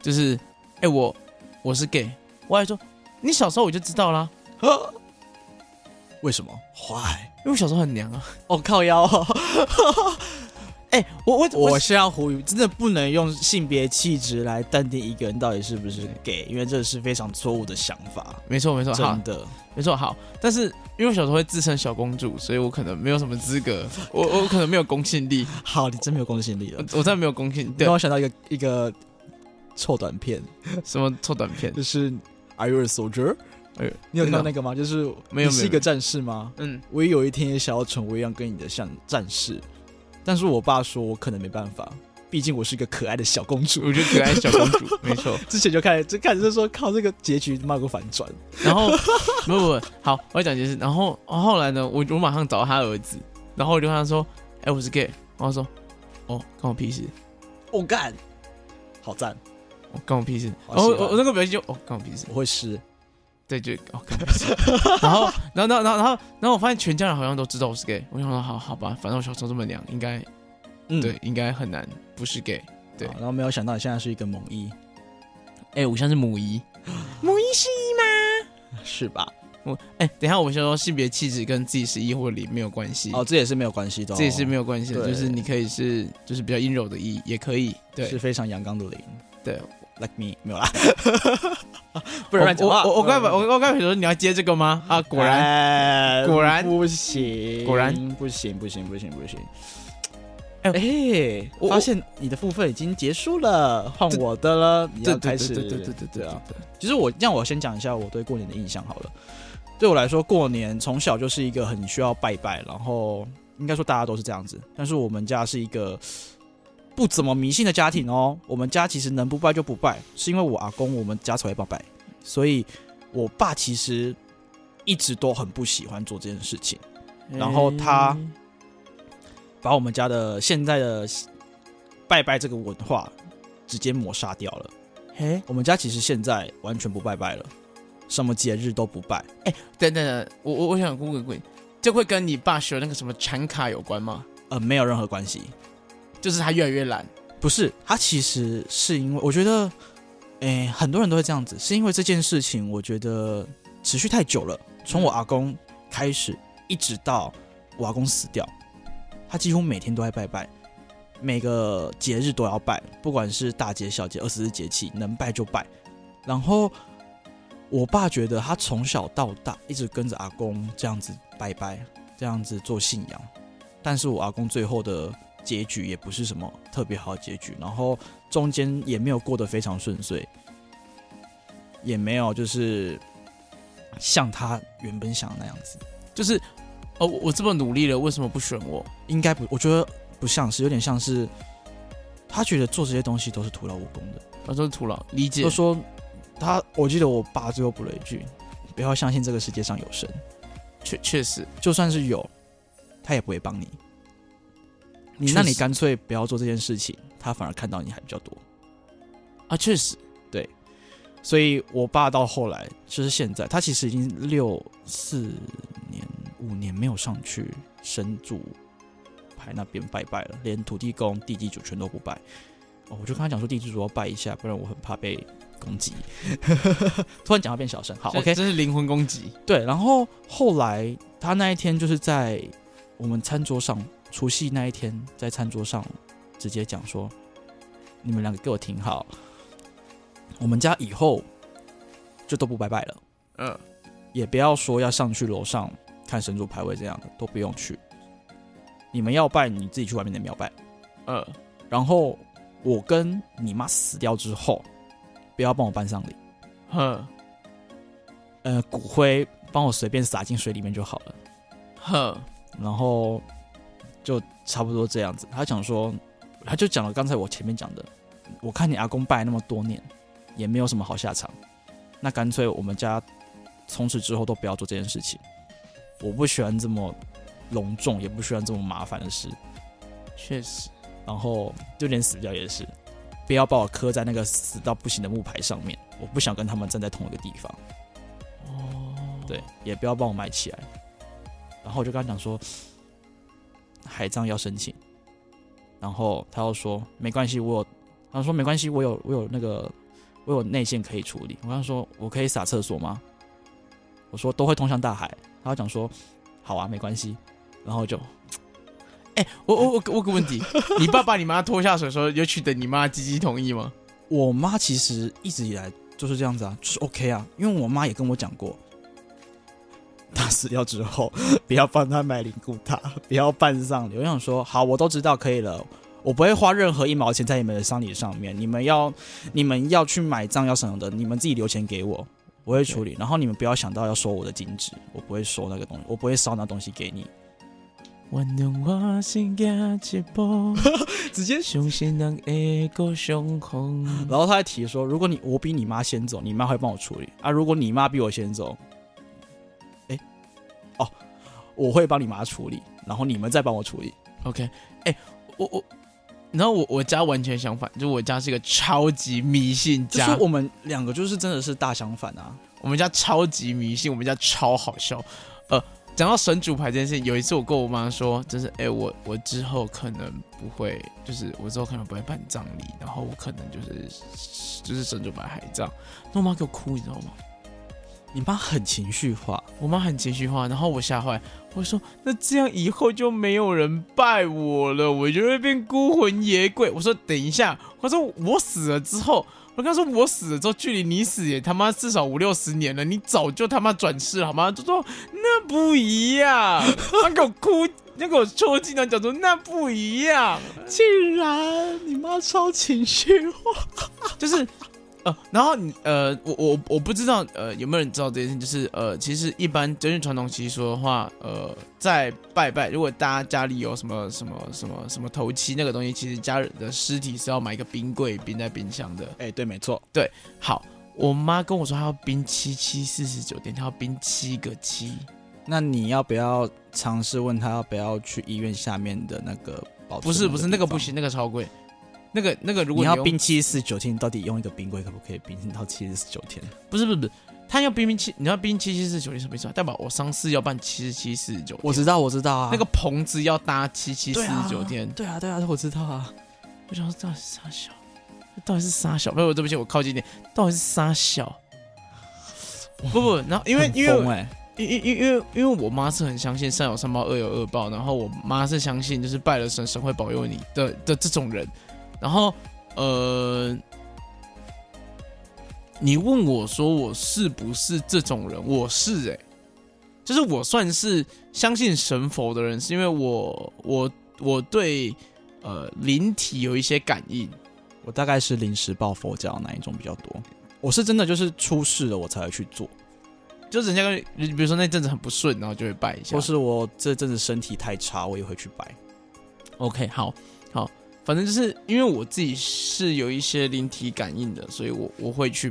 B: 就是，哎、我我是 gay，我还说你小时候我就知道啦，
A: 为什么？Why？
B: 因为我小时候很娘啊，
A: 哦靠 腰、哦！
B: 哎、我我
A: 我是要呼吁，真的不能用性别气质来断定一个人到底是不是 gay，因为这是非常错误的想法，
B: 没错没错，好
A: 真，的。
B: 没错好，但是因为我小时候会自称小公主，所以我可能没有什么资格，我我可能没有公信力，
A: 好，你真没有公信力
B: 我
A: 了。
B: 我真的没有公呃信，对
A: 让，我想到一个一个臭短片，
B: 什么臭短片，
A: 就是《Are You a Soldier》。
B: 哎呦
A: 你有看
B: 真的
A: 到
B: 哦
A: 那个吗？就是你
B: 没有没
A: 是
B: 有
A: 一个战士吗？
B: 嗯。
A: 我也有一天也想要成为一样跟你的像战士，但是我爸说我可能没办法，毕竟我是一个可爱的小公主。
B: 我觉得可爱小公主， 没错。
A: 之前就开始就开始就说靠这个结局他妈给我反转，
B: 然后不不不，好，我要讲解释。然后后来呢，我我马上找到他儿子，然后我就跟他说：“哎、我是 gay。”然后他说：“哦，关我屁事，
A: 我、哦干，好赞，
B: 哦，关我屁事。”
A: 好
B: 然后
A: 喜欢
B: 我我那个表情就：“哦，关我屁事。
A: 我会湿。”
B: 对，就哦，关我屁事。然后然后然后然后然后然后我发现全家人好像都知道我是 gay。我想说：“好好吧，反正我小时候这么娘，应该、
A: 嗯
B: 对，应该很难不是 gay。对
A: 好然后没有想到你现在是一个猛一，
B: 哎、我像是母仪，
A: 是吧？
B: 我哎、等一下，我先说性别气质跟自己是一或零没有关系。
A: 哦，这也是没有关系的、哦，
B: 这也是没有关系的，
A: 对
B: 就是你可以是就是比较阴柔的一，也可以，
A: 是
B: 对
A: 非常阳刚的零
B: 对。
A: ，like me 没有啦， 不啊能乱
B: 我
A: 讲话。
B: 我我刚才
A: 不能
B: 我我刚才说你要接这个吗？
A: 哎
B: 啊，果然，
A: 然
B: 果然
A: 哎不行，
B: 果然
A: 不行不行不行不行。
B: 哎
A: 哎、我
B: 我
A: 发现你的部分已经结束了，换
B: 对
A: 我的了，你
B: 对
A: 要
B: 对
A: 开
B: 对
A: 始。
B: 对对对对对
A: 对啊！
B: 对
A: 其实我让我先讲一下我对过年的印象好了。对我来说，过年从小就是一个很需要拜拜，然后应该说大家都是这样子。但是我们家是一个不怎么迷信的家庭哦，我们家其实能不拜就不拜，是因为我阿公我们家才会拜拜，所以我爸其实一直都很不喜欢做这件事情。
B: 对
A: 然后他把我们家的现在的拜拜这个文化直接抹杀掉了。
B: 哎，哎
A: 我们家其实现在完全不拜拜了，什么节日都不拜。
B: 等等等，我我我想问问问，这会跟你爸学那个什么产卡有关吗？
A: 呃，没有任何关系。
B: 就是他越来越懒，
A: 不是，他其实是因为我觉得，诶、很多人都会这样子，是因为这件事情，我觉得持续太久了，从我阿公开始，一直到我阿公死掉，他几乎每天都在拜拜，每个节日都要拜，不管是大节小节，二十四节气，能拜就拜。然后我爸觉得他从小到大一直跟着阿公这样子拜拜，这样子做信仰，但是我阿公最后的结局也不是什么特别好的结局，然后中间也没有过得非常顺遂，也没有就是像他原本想的那样子，
B: 就是哦，我我这么努力了，为什么不选我？
A: 应该不，我觉得不像是，有点像是他觉得做这些东西都是徒劳无功的。
B: 我说徒劳，理解
A: 都。说他我记得我爸最后补了一句：“不要相信这个世界上有神，
B: 确确实，
A: 就算是有，他也不会帮你。你
B: 确
A: 那你
B: 实
A: 干脆不要做这件事情，他反而看到你还比较多。”
B: 啊，确实，
A: 所以我爸到后来就是现在，他其实已经六四年五年没有上去神主牌那边拜拜了，连土地公、地基主全都不拜。哦，我就跟他讲说地基主要拜一下，不然我很怕被攻击。 突然讲话变小声，好
B: 这
A: ，OK，
B: 这是灵魂攻击，
A: 对。然后后来他那一天就是在我们餐桌上，除夕那一天在餐桌上直接讲说，你们两个给我听好，我们家以后就都不拜拜了。
B: 嗯，
A: 也不要说要上去楼上看神主牌位这样的，都不用去。你们要拜，你自己去外面的庙拜。
B: 呃，
A: 然后我跟你妈死掉之后，不要帮我办丧礼，
B: 呵
A: 呃，骨灰帮我随便撒进水里面就好了。
B: 呵，
A: 然后就差不多这样子。他想说，他就讲了刚才我前面讲的，我看你阿公拜那么多年，也没有什么好下场，那干脆我们家从此之后都不要做这件事情。我不喜欢这么隆重，也不喜欢这么麻烦的事。
B: 确实，
A: 然后就连死掉也是，不要把我磕在那个死到不行的木牌上面，我不想跟他们站在同一个地方。
B: 哦，
A: 对，也不要帮我埋起来。然后我就跟他讲说，海葬要申请。然后他又说没关系，我有，他说没关系，我有我有那个我有内线可以处理。我跟他说我可以撒厕所吗？我说都会通向大海。他就讲说好啊，没关系。然后就
B: 哎、我我我我个问题，你爸把你妈拖下水的时候，有取得你妈积极同意吗？
A: 我妈其实一直以来就是这样子啊，就是 OK 啊，因为我妈也跟我讲过，她死掉之后不要帮她买灵骨塔，不要办丧礼。我想说，好，我都知道，可以了。我不会花任何一毛钱在你们的丧礼上面，你们要你们要去买葬要什么的，你们自己留钱给我，我会处理。然后你们不要想到要收我的金纸，我不会收那个东西，我不会烧那东西给你。
B: 原谅我心行一 步，
A: 直接
B: 相信人会够相逢。
A: 然后他还提说，如果你我比你妈先走，你妈会帮我处理啊；如果你妈比我先走，哎，哦，我会帮你妈处理，然后你们再帮我处理。
B: OK，哎、我我，然后我我家完全相反，就我家是一个超级迷信
A: 就
B: 家，
A: 是我们两个就是真的是大相反啊！
B: 我们家超级迷信，我们家超好笑。呃，讲到神主牌这件事情，有一次我跟我妈说，就是哎、我我之后可能不会，就是我之后可能不会办葬礼，然后我可能就是就是神主牌海葬。那我妈给我哭，你知道吗？
A: 你妈很情绪化，
B: 我妈很情绪化，然后我吓坏，我说那这样以后就没有人拜我了，我就会变孤魂野鬼。我说等一下，我说我死了之后，我跟她说我死了之后，距离你死也他妈至少五六十年了，你早就他妈转世了好吗？就说那不一样，她给我哭，那给我抽筋，然后讲说那不一样，
A: 竟然你妈超情绪化，
B: 就是呃，然后你呃，我我我不知道呃有没有人知道这件事，就是呃，其实一般根据传统习俗的话，呃，在拜拜，如果大家家里有什么什么什么什么头七那个东西，其实家人的尸体是要买一个冰柜冰在冰箱的。
A: 哎，对，没错，
B: 好，我妈跟我说她要冰七七四十九天，她要冰七个七。
A: 那你要不要尝试问她要不要去医院下面的那个保存
B: 不是不是，那个不
A: 地
B: 行，那个超贵。那个那个，
A: 方。
B: 如果
A: 你要
B: 用
A: 冰七十九天，你到底用一个冰柜可不可以冰到七十九天？
B: 不是不是不是，他要冰冰七，你要冰七七四十九天什么意思啊？代表我丧事要办七十七四十九。
A: 我知道，我知道啊，
B: 那个棚子要搭七七四
A: 对啊
B: 十九天，
A: 对啊，对啊，我知道啊。
B: 我想说到底是啥小，到底是啥小？不是，我对不起，我靠近一点，到底是啥小？啊不不，然后因为因为
A: 很
B: 我
A: 疯哎、
B: 因因因因为因为我妈是很相信善有善报，恶有恶报，然后我妈是相信就是拜了神，神会保佑你的的这种人。然后呃，你问我说我是不是这种人？我是哎、就是我算是相信神佛的人，是因为我我我对呃灵体有一些感应。
A: 我大概是临时抱佛脚哪一种比较多？我是真的就是出事了我才会去做，
B: 就是人家跟，比如说那阵子很不顺，然后就会拜一下，
A: 或是啊我这阵子身体太差，我也会去摆。
B: OK，好，好，反正就是因为我自己是有一些灵体感应的，所以我我会去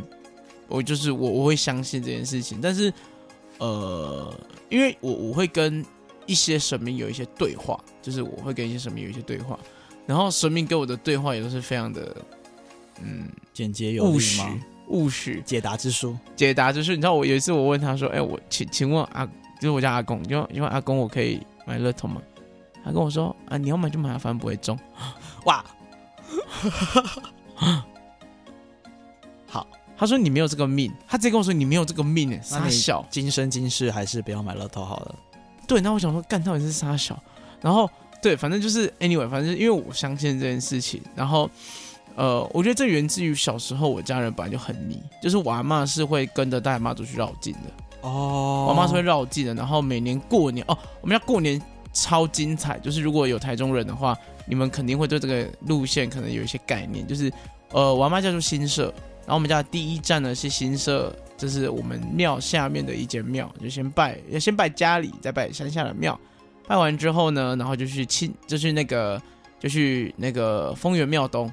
B: 我就是我我会相信这件事情，但是呃，因为我我会跟一些神明有一些对话，就是我会跟一些神明有一些对话，然后神明跟我的对话也都是非常的嗯
A: 简洁有
B: 务
A: 力
B: 实
A: 吗？
B: 务实，
A: 解答之书，
B: 解答就是，你知道我有一次我问他说，哎、我请请问阿，就是我叫阿公，因为因为阿公我可以买乐透吗？他跟我说啊，你要买就买，反正不会中。
A: 哇，
B: 他说你没有这个命，他直接跟我说你没有这个命，哎
A: 那
B: 傻
A: 你
B: 小。
A: 今生今世还是不要买乐透好了。
B: 对，那我想说干到底是傻小，然后对，反正就是 anyway，反正因为我相信这件事情，然后呃，我觉得这源自于小时候我家人本来就很迷，就是我阿妈是会跟着大姨妈出去绕境的。
A: 哦
B: 我妈是会绕境的，然后每年过年哦，我们家过年超精彩，就是如果有台中人的话，你们肯定会对这个路线可能有一些概念，就是呃，我妈叫做新社，然后我们家的第一站呢是新社，这是我们庙下面的一间庙，就先拜，要先拜家里，再拜山下的庙，拜完之后呢，然后就去亲，就去那个就去那个丰原庙东，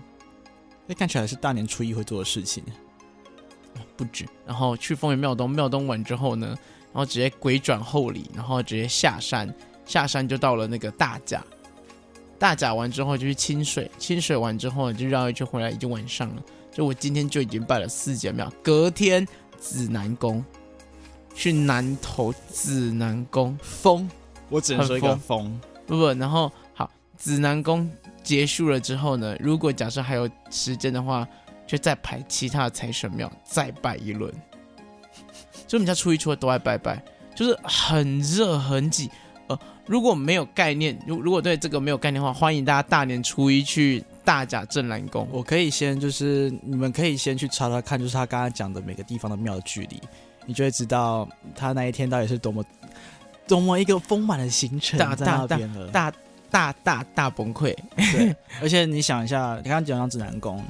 A: 那哎看起来是大年初一会做的事情。
B: 不止。然后去丰原庙东，庙东完之后呢，然后直接鬼转后里，然后直接下山，下山就到了那个大甲，大甲完之后就去清水，清水完之后就绕一圈回来，已经晚上了。就我今天就已经拜了四间庙，隔天指南宫，去南投指南宫
A: 疯，我只能
B: 很
A: 说一个疯。
B: 不不，然后好，指南宫结束了之后呢，如果假设还有时间的话，就再排其他的财神庙再拜一轮。 所以我们家初一初二都爱拜拜，就是很热很挤。呃，如果没有概念，如如果对这个没有概念的话，欢迎大家大年初一去大甲镇澜宫。
A: 我可以先就是你们可以先去查查看，就是他刚刚讲的每个地方的庙的距离，你就会知道他那一天到底是多么多么一个丰满的行程
B: 大
A: 在
B: 大
A: 那边了。
B: 大大大大崩溃，
A: 对，而且你想一下，你刚刚讲到指南宫，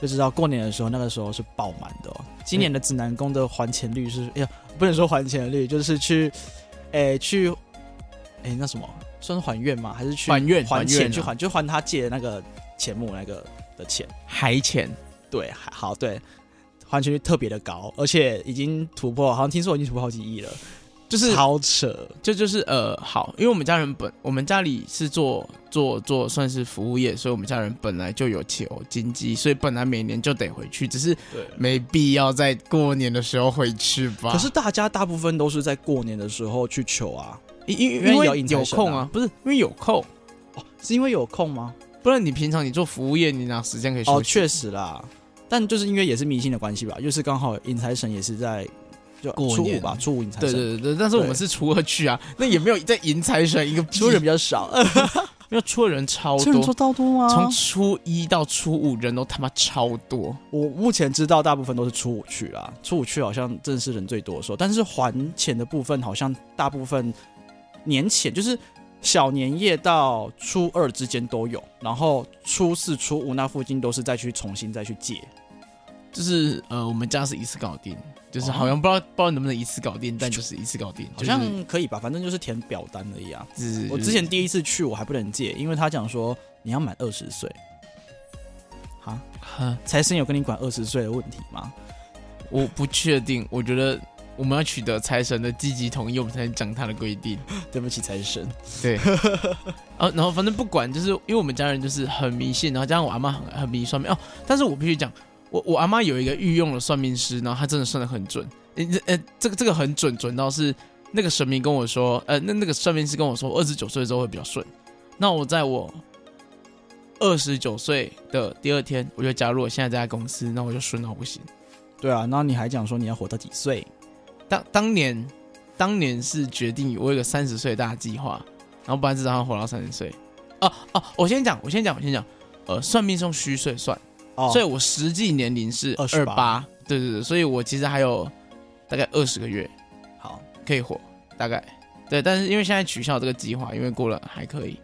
A: 就知道过年的时候那个时候是爆满的、哦。今年的指南宫的还钱率
B: 嗯
A: 是，哎呀，不能说还钱率，就是去，哎去，哎那什么，算是还愿吗？还是去
B: 还愿
A: 还
B: 还
A: 钱
B: 愿啊
A: 去还，就还他借的那个钱母那个的钱。
B: 还钱
A: 对，还好对，还钱率特别的高，而且已经突破，好像听说已经突破好几亿了，
B: 就是
A: 超扯。
B: 这就是呃，好，因为我们家人本我们家里是做做做算是服务业，所以我们家人本来就有起偶经济，所以本来每年就得回去，只是
A: 对。
B: 没必要在过年的时候回去吧。
A: 可是大家大部分都是在过年的时候去求啊，
B: 因因
A: 因为
B: 因为
A: 有引财
B: 有
A: 神
B: 空
A: 啊
B: 啊，不是因为有空，
A: 哦，是因为有空吗？
B: 不然你平常你做服务业，你哪时间可以休
A: 哦，
B: 息？
A: 确实啦，但就是因为也是迷信的关系吧，就是刚好引财神也是在就
B: 过
A: 初五
B: 年
A: 吧，初五引财
B: 对
A: 神，
B: 对对对，但是我们是初二去啊，那也没有在迎财神一个
A: 初人
B: 屁
A: 比较少，呃
B: 没有初二人超
A: 初人
B: 多
A: 做，到多啊吗？
B: 从初一到初五人都他妈超多。
A: 我目前知道大部分都是初五去啦，初五去好像正是人最多的时候，但是还钱的部分好像大部分年前就是小年夜到初二之间都有，然后初四、初五那附近都是再去重新再去借，
B: 就是呃，我们家是一次搞定，就是
A: 哦
B: 好像不知道、不知道能不能一次搞定，但就是一次搞定，
A: 好像可以吧，反正就是填表单而已啊。
B: 就是、
A: 我之前第一次去，我还不能借，因为他讲说你要满二十岁。啊，
B: 哈，
A: 财神有跟你管二十岁的问题吗？
B: 我不确定，我觉得我们要取得财神的积极同意，我们才能讲他的规定。
A: 对不起，财神。
B: 对，啊，然后反正不管，就是因为我们家人就是很迷信，然后加上我阿妈很很迷算命哦，但是我必须讲，我我阿妈有一个御用的算命师，然后他真的算的很准，呃呃，这个这个很准，准到是那个神明跟我说，呃，那那个算命师跟我说，我二十九岁之后会比较顺。那我在我二十九岁的第二天，我就加入我现在这家公司，那我就顺到不行。
A: 对啊，然后你还讲说你要活到几岁？
B: 当当年当年是决定我有一个三十岁的大计划，然后本来至少要活到三十岁。哦哦，我先讲，我先讲，我先讲。呃，算命是用虚岁算，
A: 哦，
B: 所以我实际年龄是
A: 28
B: 二八。对对对，所以我其实还有大概二十个月
A: 好，
B: 可以活，大概。对，但是因为现在取消这个计划，因为过了还可以，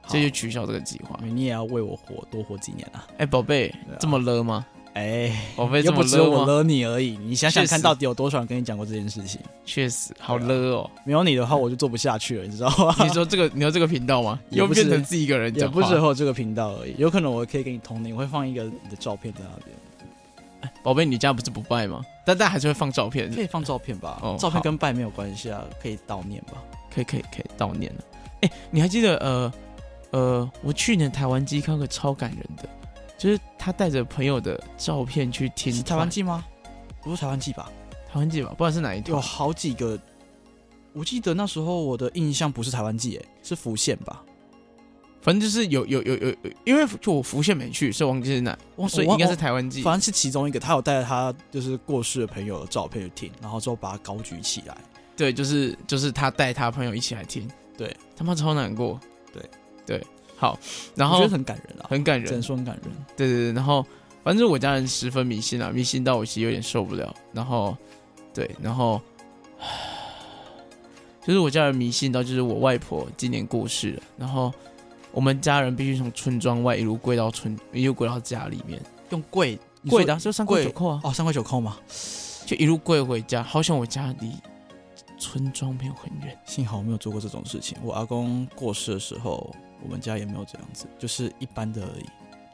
A: 好
B: 所以就取消这个计划。
A: 你也要为我活多活几年啊！
B: 哎，宝贝
A: 对啊，
B: 这么勒吗？
A: 哎，
B: 宝贝，这
A: 又
B: 么
A: 不只有我
B: 勒吗？
A: 勒你而已，你想想
B: 确
A: 看
B: 实
A: 到底有多少人跟你讲过这件事情？
B: 确实，好勒哦。
A: 没有你的话，我就做不下去了，你知道吗？
B: 你说这个，你说这个频道吗？
A: 啊 也
B: 又
A: 不是
B: 变成自己一个人
A: 也
B: 讲
A: 不
B: 话
A: 啊适。合这个频道而已，有可能我可以给你同龄，我会放一个你的照片在那边。
B: 宝贝，你家不是不拜吗？但但还是会放照片，
A: 可以放照片吧？
B: 哦
A: 照
B: 好
A: 片跟拜没有关系啊，可以悼念吧？
B: 可以可以可以悼念了。哎、你还记得呃呃，我去年台湾机看个超感人的，就是他带着朋友的照片去听
A: 是台湾记吗？不是台湾记吧？
B: 台湾记吧，不管是哪一
A: 有
B: 条，
A: 好几个，我记得那时候我的印象不是台湾记，哎，是福建吧？
B: 反正就是有有有有，有因为就我福建没去，所以忘记是哪，
A: 我
B: 所以
A: 我
B: 应该是台湾记。
A: 反正是其中一个，他有带着他就是过世的朋友的照片去听，然后之后把它高举起来。
B: 对，就是就是他带他朋友一起来听，
A: 对，
B: 他妈超难过，
A: 对
B: 对，好，然
A: 我
B: 后
A: 觉得很感人啊，
B: 很感
A: 只
B: 人
A: 能，说很感人。
B: 对对对，然后反正我家人十分迷信啊，迷信到我其实有点受不了。然后，对，然后， 就是我家人迷信到，就是我外婆今年过世了，然后我们家人必须从村庄外一路跪到村，一路跪到家里面，
A: 用跪你说
B: 跪的啊、就三跪九叩啊，
A: 哦，三块九扣吗？
B: 就一路跪回家。好像我家离村庄没有很远，
A: 幸好我没有做过这种事情。我阿公过世的时候，我们家也没有这样子，就是一般的而已。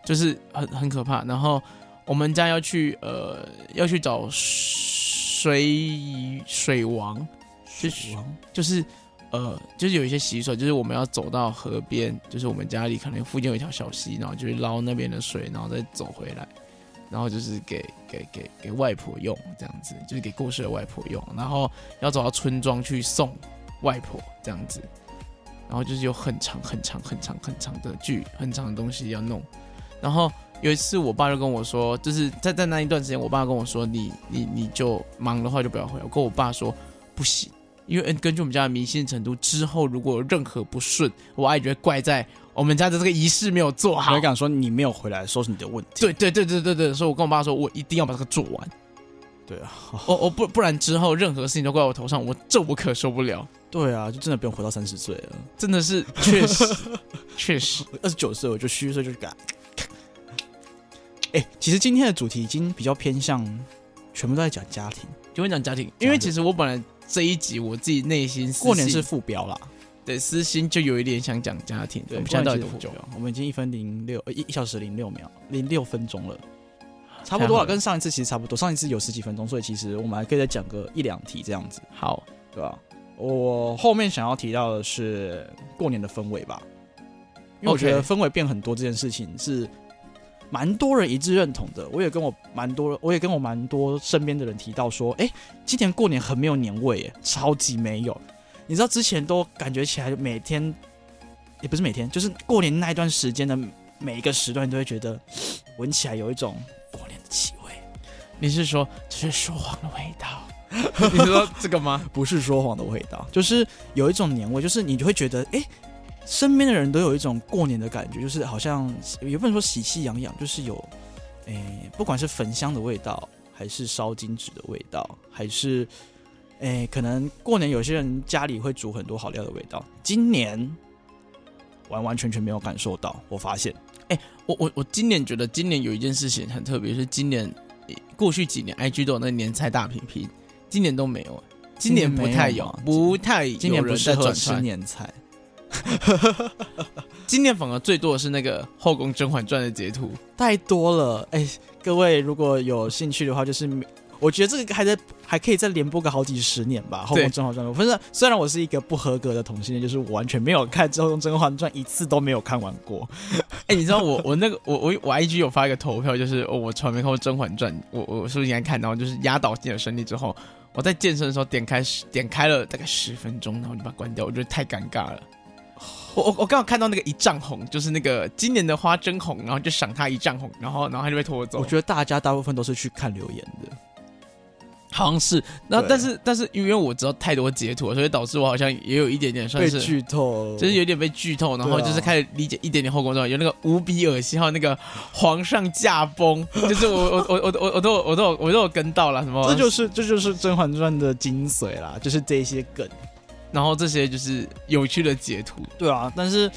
B: 就是很很可怕。然后我们家要去呃要去找水水王。是
A: 死亡
B: 就是呃，就是有一些习俗，就是我们要走到河边，就是我们家里可能附近有一条小溪，然后就去捞那边的水，然后再走回来，然后就是给给给给外婆用，这样子，就是给过世的外婆用，然后要走到村庄去送外婆这样子，然后就是有很长很长很长很长的剧，很长的东西要弄，然后。有一次，我爸就跟我说，就是在在那一段时间，我爸跟我说，你你你就忙的话就不要回来。我跟我爸说，不行，因为根据我们家的迷信程度，之后如果有任何不顺，我阿姨就会怪在我们家的这个仪式没有做好
A: 我。敢说你没有回来，说是你的问题。
B: 对对对对对对，所以我跟我爸说，我一定要把这个做完。
A: 对啊，
B: 哦哦不，不然之后任何事情都怪我头上，我这我可受不了。
A: 对啊，就真的不用活到三十岁了，
B: 真的是，确 实，确实，
A: 二十九岁我就虚岁就敢。哎、其实今天的主题已经比较偏向，全部都在讲家庭。
B: 就会讲家庭，因为其实我本来这一集我自己内心私心
A: 过年是副标啦，
B: 对私心就有一点想讲家庭。我
A: 我
B: 们
A: 们
B: 现
A: 现在
B: 在到
A: 到
B: 底
A: 底多
B: 多
A: 久
B: 久？？
A: 我们已经一分零六，呃一一小时零六秒，零六分钟了，差不多
B: 太好
A: 了，
B: 了
A: 跟上一次其实差不多。上一次有十几分钟，所以其实我们还可以再讲个一两题这样子，
B: 好，
A: 对吧、我后面想要提到的是过年的氛围吧，因为我
B: OK
A: 觉得氛围变很多这件事情是蛮多人一致认同的。我也跟我蛮多，我也跟我蛮多身边的人提到说，哎、今年过年很没有年味耶，超级没有。你知道之前都感觉起来每天，也不是每天，就是过年那一段时间的每一个时段，都会觉得闻起来有一种过年的气味。
B: 你是说这是说谎的味道？你是说这个吗？
A: 不是说谎的味道，就是有一种年味，就是你就会觉得，哎、身边的人都有一种过年的感觉，就是好像也不能说喜气洋洋，就是有，哎、不管是焚香的味道，还是烧金纸的味道，还是，哎、可能过年有些人家里会煮很多好料的味道，今年完完全全没有感受到，我发现
B: 我我我今年觉得今年有一件事情很特别，是今年诶过去几年 IG 都有那个年菜大评评，今年都没有、
A: 今
B: 今
A: 年
B: 年不
A: 没有
B: 太
A: 吗
B: 有，啊不太
A: 今
B: 有
A: 年不
B: 人
A: 适
B: 在
A: 合
B: 转
A: 吃
B: 传。
A: 年菜，
B: 今年反而最多的是那个《后宫甄嬛传》的截图，
A: 太多了，哎、各位如果有兴趣的话，就是我觉得这个还在还可以再连播个好几十年吧，《后宫甄嬛传》。反正虽然我是一个不合格的同性恋，就是我完全没有看《后宫甄嬛传》，一次都没有看完过。
B: 哎、你知道我我那个我我我 IG 有发一个投票，就是、哦、我从来没看过《甄嬛传》，我我是不是应该看？然后就是压倒性的胜利之后，我在健身的时候点开十点开了大概十分钟，然后我就把它关掉，我觉得太尴尬了。我我我刚好看到那个一丈红，就是那个今年的花真红，然后就赏他一丈红，然后然后他就被拖走。
A: 我觉得大家大部分都是去看留言的，
B: 好像是，那
A: 对
B: 但是但是因为我知道太多截图了，所以导致我好像也有一点点算
A: 被
B: 是
A: 剧透，
B: 就是有点被剧透，然后
A: 对啊
B: 就是开始理解一点点后宫状，有那个无比恶心，还有那个皇上 驾崩，就是我我我我我我都有我都有我都有跟到了什么，
A: 这就是这就是《甄嬛传》的精髓啦，就是这些梗。
B: 然后这些就是有趣的截图，
A: 对啊，但是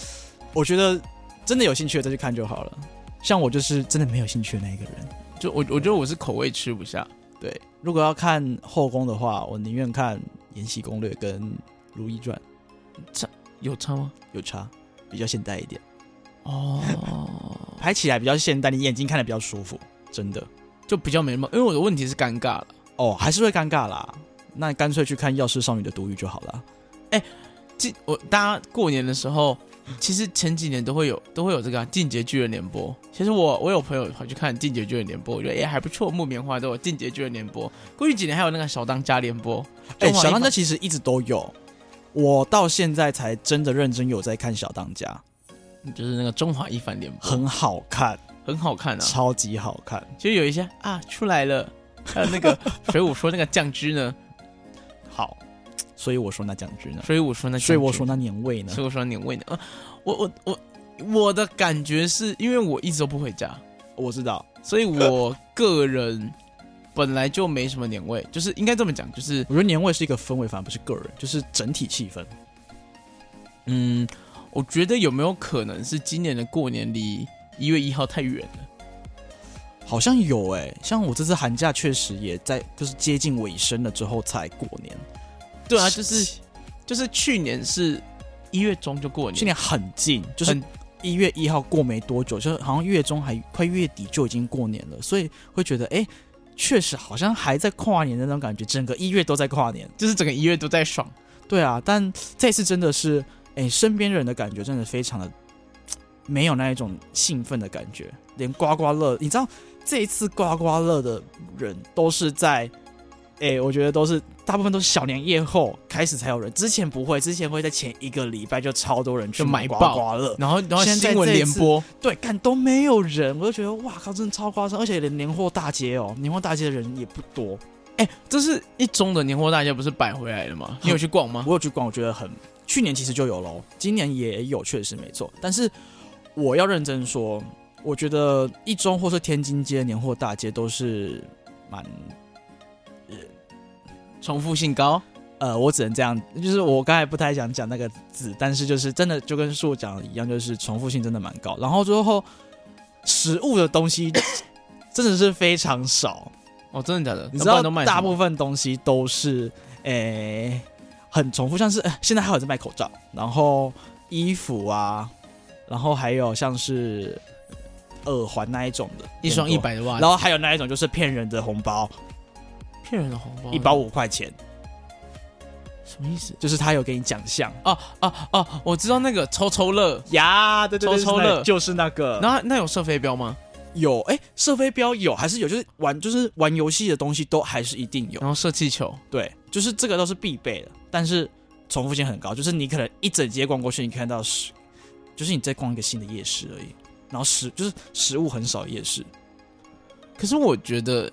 A: 我觉得真的有兴趣的再去看就好了。像我就是真的没有兴趣的那一个人。
B: 就我我觉得我是口味吃不下，
A: 对，如果要看后宫的话，我宁愿看《延禧攻略》跟《如懿传
B: 有差吗？》，
A: 有差，比较现代一点，
B: 哦，
A: 拍起来比较现代，你眼睛看的比较舒服，真的。
B: 就比较没那么，因为我的问题是尴尬了。
A: 哦，还是会尴尬啦。那干脆去看《药师少女的独语》就好了。
B: 进我大家过年的时候，其实前几年都会有都会有这个啊《进阶巨人联播》。其实我我有朋友跑去看《进阶巨人联播》，我觉得也还不错。木棉花都有《进阶巨人联播》，过去几年还有那个小当家联播。
A: 哎、
B: 中华
A: 小当家
B: 一番
A: 其实一直都有，我到现在才真的认真有在看小当
B: 哦
A: 家，
B: 就是那个中华一番联播，
A: 很好看，
B: 很好看啊。
A: 超级好看，
B: 其实有一些啊出来了，还有 那个水舞说那个酱汁呢，
A: 好。所以我说那酱汁呢？
B: 水舞说那酱汁，
A: 所以我说那年味呢？
B: 所以我说你问的，呃我我我我的感觉是因为我一直都不回家，
A: 我知道，
B: 所以我个人本来就没什么年味，就是应该这么讲，就是
A: 我觉得年味是一个氛围，反而不是个人，就是整体气氛。
B: 嗯，我觉得有没有可能是今年的过年离一月一号太远了？
A: 好像有哎、像我这次寒假确实也在，就是接近尾声了之后才过年。
B: 对啊，就是就是去年是一月中就过年，
A: 去年很近，就是
B: 嗯很
A: 一月一号过没多久，就是好像月中还快月底就已经过年了，所以会觉得哎，诶确实好像还在跨年的那种感觉，整个一月都在跨年。
B: 就是整个一月都在爽，
A: 对啊，但这次真的是哎，身边人的感觉真的非常的没有那一种兴奋的感觉，连刮刮乐，你知道这一次刮刮乐的人都是在。哎、我觉得都是大部分都是小年夜后开始才有人，之前不会，之前会在前一个礼拜就超多人去
B: 就买
A: 刮
B: 爆
A: 刮乐，
B: 然后然后
A: 现在
B: 新闻
A: 这一
B: 联
A: 次
B: 播，
A: 对，看都没有人，我就觉得哇靠，真的超夸张，而且连年货大街哦，年货大街的人也不多。
B: 哎、这是一中的年货大街不是摆回来了吗？你有去逛吗？
A: 我有去逛，我觉得很，去年其实就有喽，今年也有，确实没错。但是我要认真说，我觉得一中或是天津街的年货大街都是蛮，
B: 重复性高，
A: 呃，我只能这样，就是我刚才不太想讲那个字，但是就是真的就跟树讲的一样，就是重复性真的蛮高。然后之后食物的东西 真的是非常少。
B: 哦，真的假的？
A: 你知道
B: 那不然都卖什么
A: 大部分东西都是诶、很重复，像是、呃现在还有在卖口罩，然后衣服啊，然后还有像是耳环那一种的，
B: 一双一，百的哦袜
A: 然
B: 子，
A: 后还有那一种就是骗人的红包，
B: 骗人的红包，啊
A: 一包五块钱，
B: 什么意思？
A: 就是他有给你奖项
B: 哦哦哦，我知道那个抽抽乐，
A: 呀，对
B: 对对
A: 抽
B: 就是那
A: 乐
B: 个
A: 就是那个，
B: 那那有射飞镖吗？
A: 有诶，射飞镖有还是有，就是玩就是玩游戏的东西都还是一定有。
B: 然后射气球，
A: 对，就是这个都是必备的，但是重复性很高，就是你可能一整街逛过去，你看到十，就是你在逛一个新的夜市而已，然后食就是食物很少的夜市，
B: 可是我觉得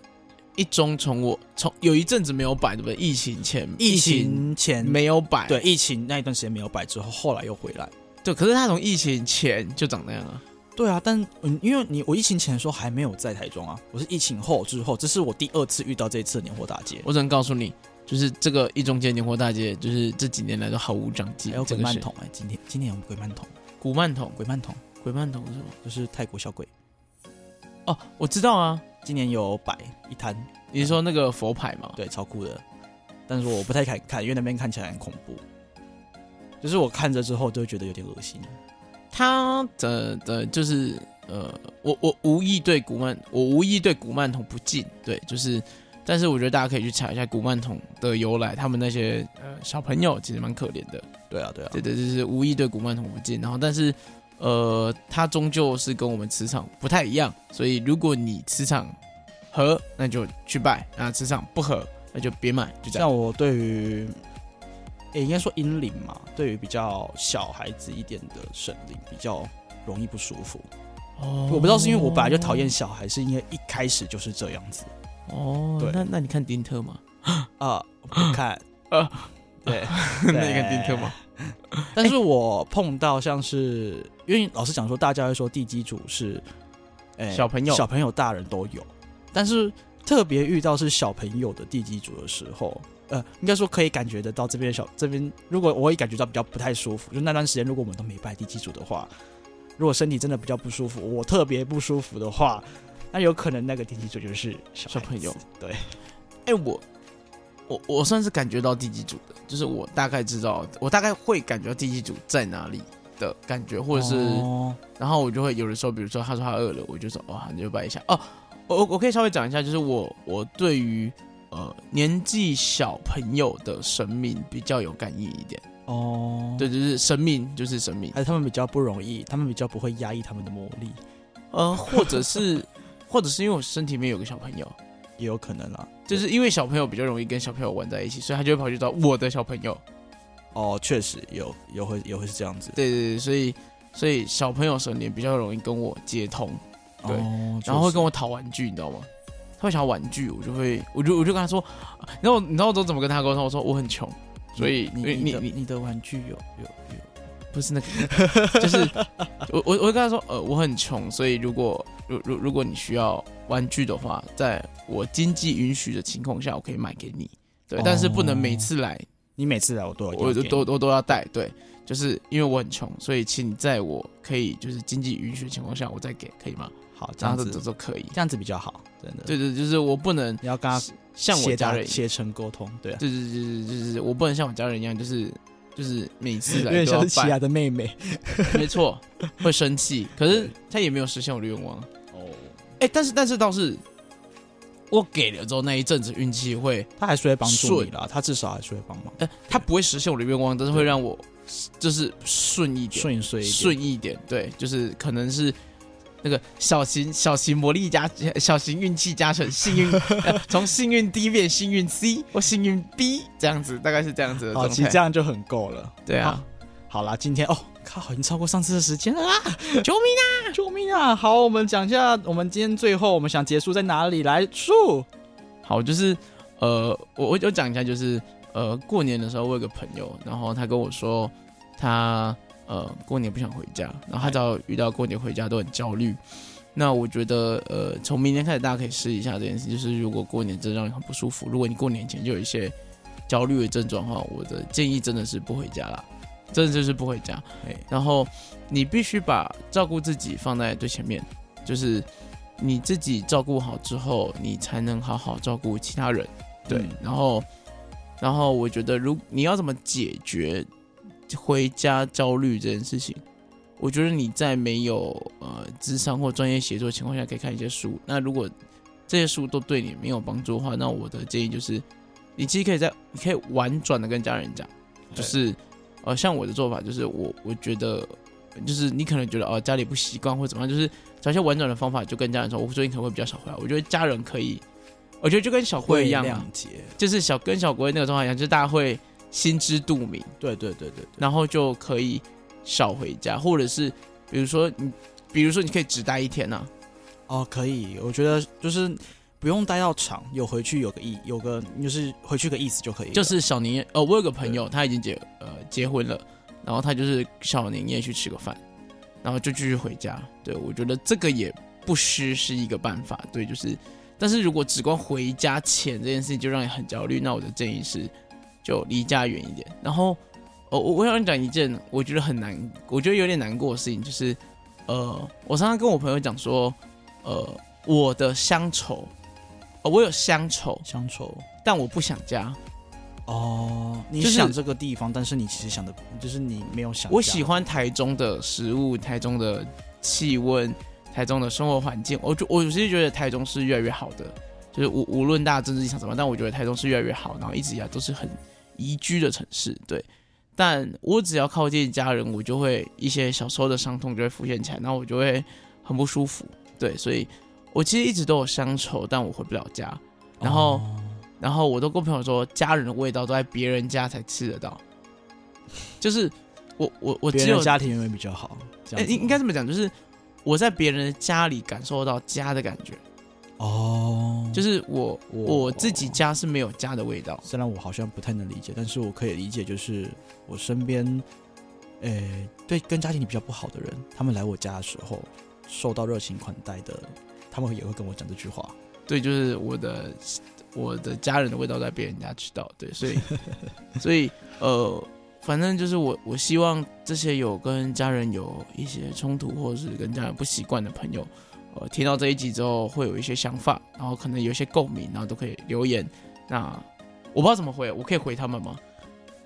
B: 一中从我从有一阵子没有摆，对不对？疫情前，
A: 疫情前
B: 没有摆，
A: 对疫情那一段时间没有摆之后，后来又回来。
B: 对，可是它从疫情前就长那样啊。
A: 对啊，但嗯，因为你我疫情前的时候还没有在台中啊，我是疫情后之后，这是我第二次遇到这一次的年货大街，
B: 我只能告诉你，就是这个一中街年货大街，就是这几年来都毫无长进
A: 还有。
B: 这
A: 鬼
B: 个
A: 曼
B: 是
A: 童哎、今天今天有鬼曼童，
B: 古曼童，
A: 鬼曼童
B: 鬼曼童是吗？
A: 就是泰国小鬼，
B: 哦，我知道啊，
A: 今年有摆一摊，
B: 你是说那个佛牌嘛？
A: 对，超酷的。但是我不太敢看，因为那边看起来很恐怖。就是我看着之后就会觉得有点恶心。
B: 他的的就是呃，我我无意对古曼，我无意对古曼童不敬，对，就是，但是我觉得大家可以去查一下古曼童的由来，他们那些呃小朋友其实蛮可怜的，
A: 对啊，对啊，
B: 对对，就是无意对古曼童不敬，然后但是呃，他终究是跟我们磁场不太一样，所以如果你磁场合，那就去拜啊；磁场不合，那就别买，就这样。
A: 像我对于，也、应该说阴灵嘛，对于比较小孩子一点的神灵比较容易不舒服。
B: 哦
A: 我不知道是因为我本来就讨厌小孩，是因为一开始就是这样子
B: 哦，
A: 对
B: 那那你看丁特 吗？
A: 啊。我不看
B: 啊，
A: 对，
B: 那你看丁特吗？
A: 但
B: 哎
A: 是我碰到像是，因为老实讲说，大家会说地基主是，哎、
B: 小朋友
A: 小朋友、大人都有，但是特别遇到是小朋友的地基主的时候，呃，应该说可以感觉得到这边的小这边，如果我也感觉到比较不太舒服，就那段时间如果我们都没拜地基主的话，如果身体真的比较不舒服，我特别不舒服的话，那有可能那个地基主就是小
B: 小
A: 孩
B: 朋
A: 子
B: 友，
A: 对，
B: 哎、我我我算是感觉到第几组的，就是我大概知道，我大概会感觉到第几组在哪里的感觉，或者是，
A: 哦
B: 然后我就会有的时候，比如说他说他饿了，我就说哦，你就拜一下哦。我我可以稍微讲一下，就是我我对于呃年纪小朋友的生命比较有感应一点。
A: 哦，
B: 对，就是生命就是生命，
A: 还是他们比较不容易，他们比较不会压抑他们的魔力，
B: 呃，或者是或者是因为我身体里面有个小朋友，
A: 也有可能啦。
B: 就是因为小朋友比较容易跟小朋友玩在一起，所以他就会跑去找我的小朋友。
A: 哦，确实有，有会也会是这样子。
B: 对对对，所以所以小朋友手年比较容易跟我接通，对
A: 哦、
B: 然后会跟
A: 我
B: 我讨玩具，你知道吗？他会想要玩具，我就会，我就我就跟他说，啊你知道我你知道我都怎么跟他沟通？我说我很穷，所以
A: 你
B: 你
A: 你的
B: 你
A: 你的玩具有有有
B: 不是那个， 就是我我我会跟他说，呃，我很穷，所以如果如如如果你需要玩具的话，在我经济允许的情况下，我可以买给你，对，但是不能每次来，
A: 你每次来我都有，
B: 我就都都都要带，对，就是因为我很穷，所以请你在我可以就是经济允许的情况下，我再给，可以吗？
A: 好这
B: 这
A: 样
B: 样子
A: 子
B: 都，都可以，
A: 这样子比较好，真的。
B: 对，对，就是我不能
A: 你要跟他
B: 像我
A: 协
B: 家
A: 打
B: 人一样，
A: 协成沟通，对啊，
B: 对对对对，就是我不能像我家人一样，就是就是每次
A: 有
B: 来
A: 点
B: 都
A: 像
B: 要
A: 是奇
B: 拜
A: 亚，的妹妹。
B: 没错，会生气。可是他也没有实现我的愿望。啊
A: 哦，
B: 哎、但是但是倒是，我给了之后那一阵子运气会，
A: 他还是会帮助你啦，他至少还是会帮忙，
B: 呃，他不会实现我的愿望，但是会让我就是顺一点，
A: 顺遂一点。
B: 顺一点，对，就是可能是。那个小型小型魔力加小型运气加成 幸运，呃从、幸运 D 变幸运 C 或幸运 B 这样子，大概是这样子的
A: 好，
B: 状
A: 其实这
B: 态。
A: 样就很够了。
B: 对啊，
A: 好啦，今天哦，靠，已经超过上次的时间 了啦！救命啊！救命啊！好，我们讲一下，我们今天最后我们想结束在哪里？来，树
B: 好，就是呃，我我我讲一下，就是呃，过年的时候我有个朋友，然后他跟我说他呃过年不想回家，然后他只要遇到过年回家都很焦虑。那我觉得呃，从明天开始大家可以试一下这件事，就是如果过年真的让你很不舒服，如果你过年前就有一些焦虑的症状的话，我的建议真的是不回家啦。真的就是不回家
A: 哎，
B: 然后你必须把照顾自己放在最前面，就是你自己照顾好之后，你才能好好照顾其他人。对，
A: 嗯
B: 然后，然后我觉得如，你要怎么解决回家焦虑这件事情，我觉得你在没有呃智商或专业协作的情况下，可以看一些书。那如果这些书都对你没有帮助的话，那我的建议就是，你其实可以在你可以婉转的跟家人讲，就是呃，像我的做法就是我我觉得。就是你可能觉得哦家里不习惯或怎么样，就是找一些婉转的方法，就跟家人说，我最近可能会比较少回来。我觉得家人可以，我觉得就跟小
A: 会
B: 辉一样、啊，
A: 解。
B: 就是小跟小国威那个状态一样，就是大家会心知肚明，
A: 对对对对对，
B: 然后就可以少回家，或者是比如说你，比如说你可以只待一天呐、啊，
A: 哦，可以，我觉得就是不用待到长，有回去有个意，有个就是回去个意思就可以了。
B: 就是小年夜。呃，我有个朋友，他已经结呃结婚了，然后他就是小年夜去吃个饭，然后就继续回家。对我觉得这个也不失是一个办法。对，就是，但是如果只光回家前这件事情就让你很焦虑，那我的建议是就离家远一点。然后，呃，我我想讲一件我觉得很难，我觉得有点难过的事情，就是呃，我常常跟我朋友讲说，呃，我的乡愁。呃我有乡愁，
A: 乡愁
B: 但我不想家。
A: 哦，你
B: 就是
A: 想这个地方，但是你其实想的，就是你没有想哦家。
B: 我喜欢台中的食物，台中的气温，台中的生活环境。我就我其实觉得台中是越来越好的，就是无无论大家政治立场怎么样，但我觉得台中是越来越好，然后一直以来都是很宜居的城市。对，但我只要靠近家人，我就会一些小时候的伤痛就会浮现起来，然后我就会很不舒服。对，所以我其实一直都有乡愁，但我回不了家。然后
A: 哦
B: 然后我都跟朋友说，家人的味道都在别人家才吃得到，就是我我我
A: 别
B: 只
A: 人
B: 有
A: 的家庭永远比较好，这
B: 哎
A: 样子
B: 应应该这么讲，就是我在别人的家里感受到家的感觉，
A: 哦，
B: 就是是我
A: 我
B: 我自己家是没有家的味道。
A: 虽然我好像不太能理解，但是我可以理解，就是我身边，诶、对跟家庭比较不好的人，他们来我家的时候受到热情款待的，他们也会跟我讲这句话。
B: 对，就是我的我的家人的味道在别人家吃到，对，所以所以呃，反正就是我我希望这些有跟家人有一些冲突或者是跟家人不习惯的朋友，呃，听到这一集之后会有一些想法，然后可能有一些共鸣，然后都可以留言。那我不知道怎么回，我可以回他们吗？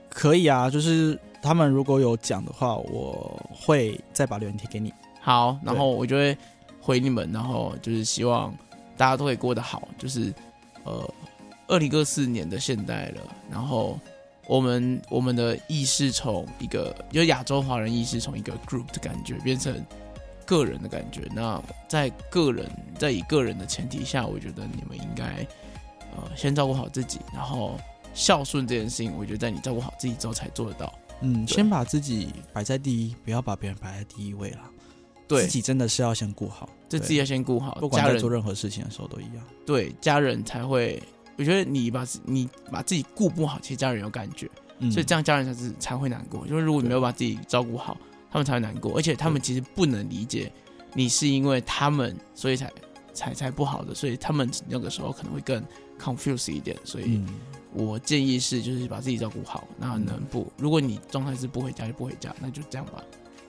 A: 可以啊，就是他们如果有讲的话，我会再把留言贴给你。
B: 好，然
A: 对
B: 后我就会回你们，然后就是希望大家都可以过得好，就是呃，二零二四年的现代了，然后我们我们的意识从一个就亚洲华人意识从一个 group 的感觉变成个人的感觉，那在个人在以个人的前提下，我觉得你们应该呃先照顾好自己，然后孝顺这件事情，我觉得在你照顾好自己之后才做得到。
A: 嗯，
B: 对
A: 先把自己摆在第一，不要把别人摆在第一位啦。
B: 对
A: 自，己真的是要先顾好，
B: 这
A: 对
B: 自己要先顾好，
A: 不管
B: 家
A: 在
B: 人
A: 做任何事情的时候都一样。
B: 对家人才会，我觉得你把自你把自己顾不好，其实家人有感觉，
A: 嗯，
B: 所以这样家人才是才会难过。就是如果你
A: 对
B: 没有把自己照顾好，他们才会难过，而且他们其实不能理解你是因为他们所以才才才不好的，所以他们那个时候可能会更 confuse 一点。所以
A: 嗯，
B: 我建议是就是把自己照顾好，那能不？如果你状态是不回家就不回家，那就这样吧。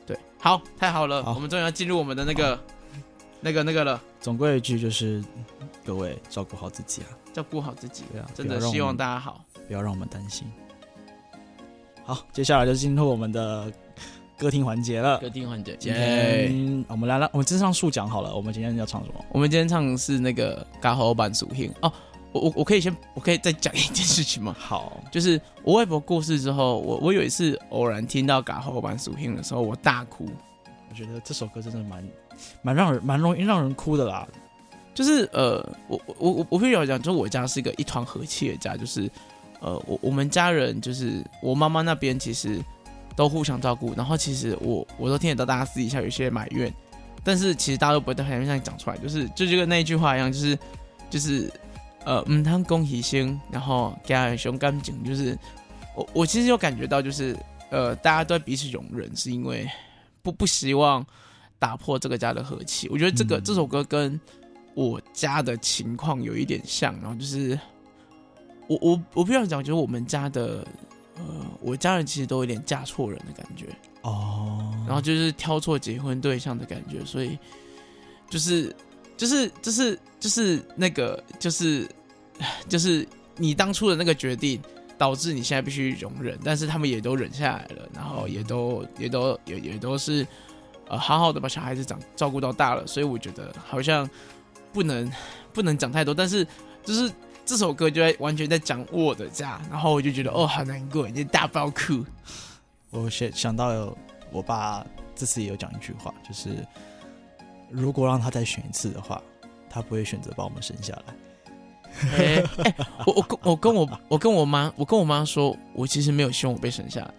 B: 对，好，太好了，
A: 好
B: 我们终于要进入我们的那个那个那个了，
A: 总归一句就是，嗯各位照顾好自己啊，
B: 照顾好自己。
A: 对啊，
B: 真
A: 不
B: 的
A: 要让
B: 希
A: 我
B: 望
A: 们
B: 大家好。
A: 不要让我们担心。好，接下来就进入我们的歌厅环节了。
B: 歌厅环节，
A: 今！天啊我们来了，我们真上树讲好了，我们今天要唱什么？
B: 我们今天唱的是那个嘎吼版《属性》哦。我我我可以先，我可以再讲一件事情吗？
A: 好，
B: 就是我外婆过世之后，我我有一次偶然听到嘎吼版《属性》的时候，我大哭。
A: 我觉得这首歌真的蛮蛮让人蛮容易让人哭的啦。
B: 就是呃，我我我我我必须要讲，就是我家是一个一团和气的家，就是呃，我我们家人就是我妈妈那边其实都互相照顾，然后其实我我都听得到大家私底下有一些埋怨，但是其实大家都不会在台面上讲出来，就是就就跟那一句话一样，就是就是呃，唔通恭喜先，然后家人胸干净，就是我我其实有感觉到，就是呃，大家都在彼此容忍，是因为不不希望打破这个家的和气。我觉得这个、
A: 嗯
B: 这首歌跟我家的情况有一点像，然后就是我我我不要讲，就是我们家的呃，我家人其实都有点嫁错人的感觉。
A: 哦，
B: 然后就是挑错结婚对象的感觉，所以就是就是就是就是那个就是就是你当初的那个决定，导致你现在必须容忍，但是他们也都忍下来了，然后也都也都也也都是呃好好的把小孩子长照顾到大了，所以我觉得好像不能不能讲太多，但是就是。这首歌就在完全在讲我的家，然后我就觉得哦，好难过，你大爆哭。
A: 我想想到有我爸这次也有讲一句话，就是如果让他再选一次的话，他不会选择把我们生下来。
B: 哎、哎，我我跟我跟我我跟我妈，我跟我妈说，我其实没有希望我被生下来。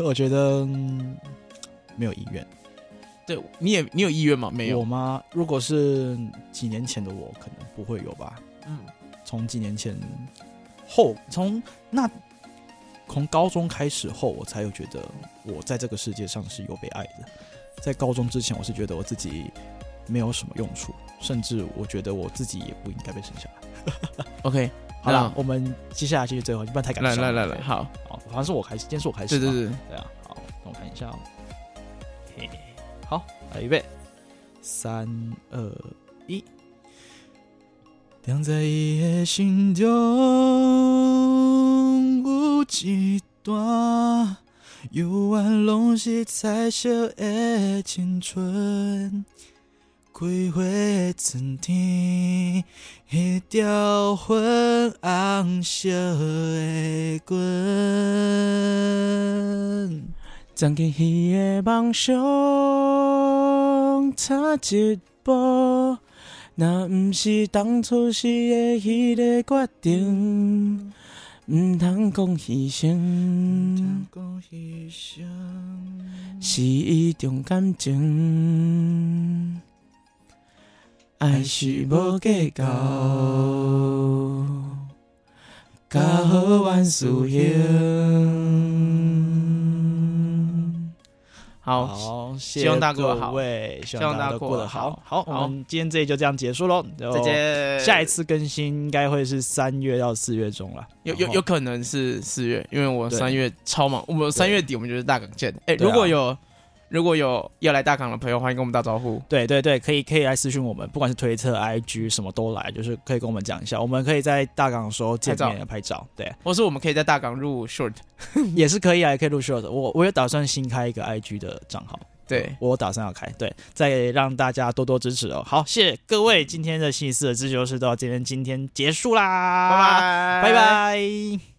A: 我觉得、嗯没有意愿。
B: 对你也你有意愿吗？没
A: 我
B: 有。
A: 妈如果是几年前的我，可能不会有吧。
B: 嗯，
A: 从几年前后，从那从高中开始后，我才有觉得我在这个世界上是有被爱的。在高中之前，我是觉得我自己没有什么用处，甚至我觉得我自己也不应该被生下来。
B: OK，
A: 好了
B: 那，
A: 我们接下来继续最后，不然太感
B: 来
A: 伤
B: 来
A: 了
B: 来
A: 对
B: 来，好，
A: 好，好像是我开始，今天是我开始
B: 对
A: 吧，
B: 对对，
A: 对啊，好，那我看一下哦。嘿好，来预备，三二一。躺在伊的心中有一段，犹原拢是彩色的青春。开花的春天，那条粉红色的裙。
B: 曾经彼的梦想差一步，若毋是当初时的迄个决定，毋通讲牺牲。
A: 讲一声
B: 是一种感情，爱是无计较，甲好万事兴。好，
A: 好，
B: 希
A: 希
B: 望大家过得好
A: 位，希
B: 望
A: 望
B: 大
A: 大家
B: 家
A: 都
B: 过
A: 过
B: 得
A: 得
B: 好
A: 好。好，
B: 好
A: 我们今天这里就这样结束喽，
B: 再。见。
A: 下一次更新应该会是三月到四月中了，
B: 有
A: 然
B: 有
A: 后
B: 有可能是四月，因为我
A: 对
B: 三月超忙，我们三月底我们就是大港见。哎、
A: 对啊
B: 如果有如果有要来大港的朋友，欢迎跟我们打招呼。
A: 对对对，可以可以来私讯我们，不管是推特、IG 什么都来，就是可以跟我们讲一下，我们可以在大港的时候见
B: 拍照
A: 面拍照，对，
B: 或是我们可以在大港入 short，
A: 也是可以啊，也可以录 short 的。我我也打算新开一个 IG 的账号，
B: 对，
A: 我打算要开，对，再让大家多多支持哦。好，谢谢各
B: 嗯
A: 位，今天的星期四的自修室到这边，今天结束啦，
B: 拜
A: 拜拜。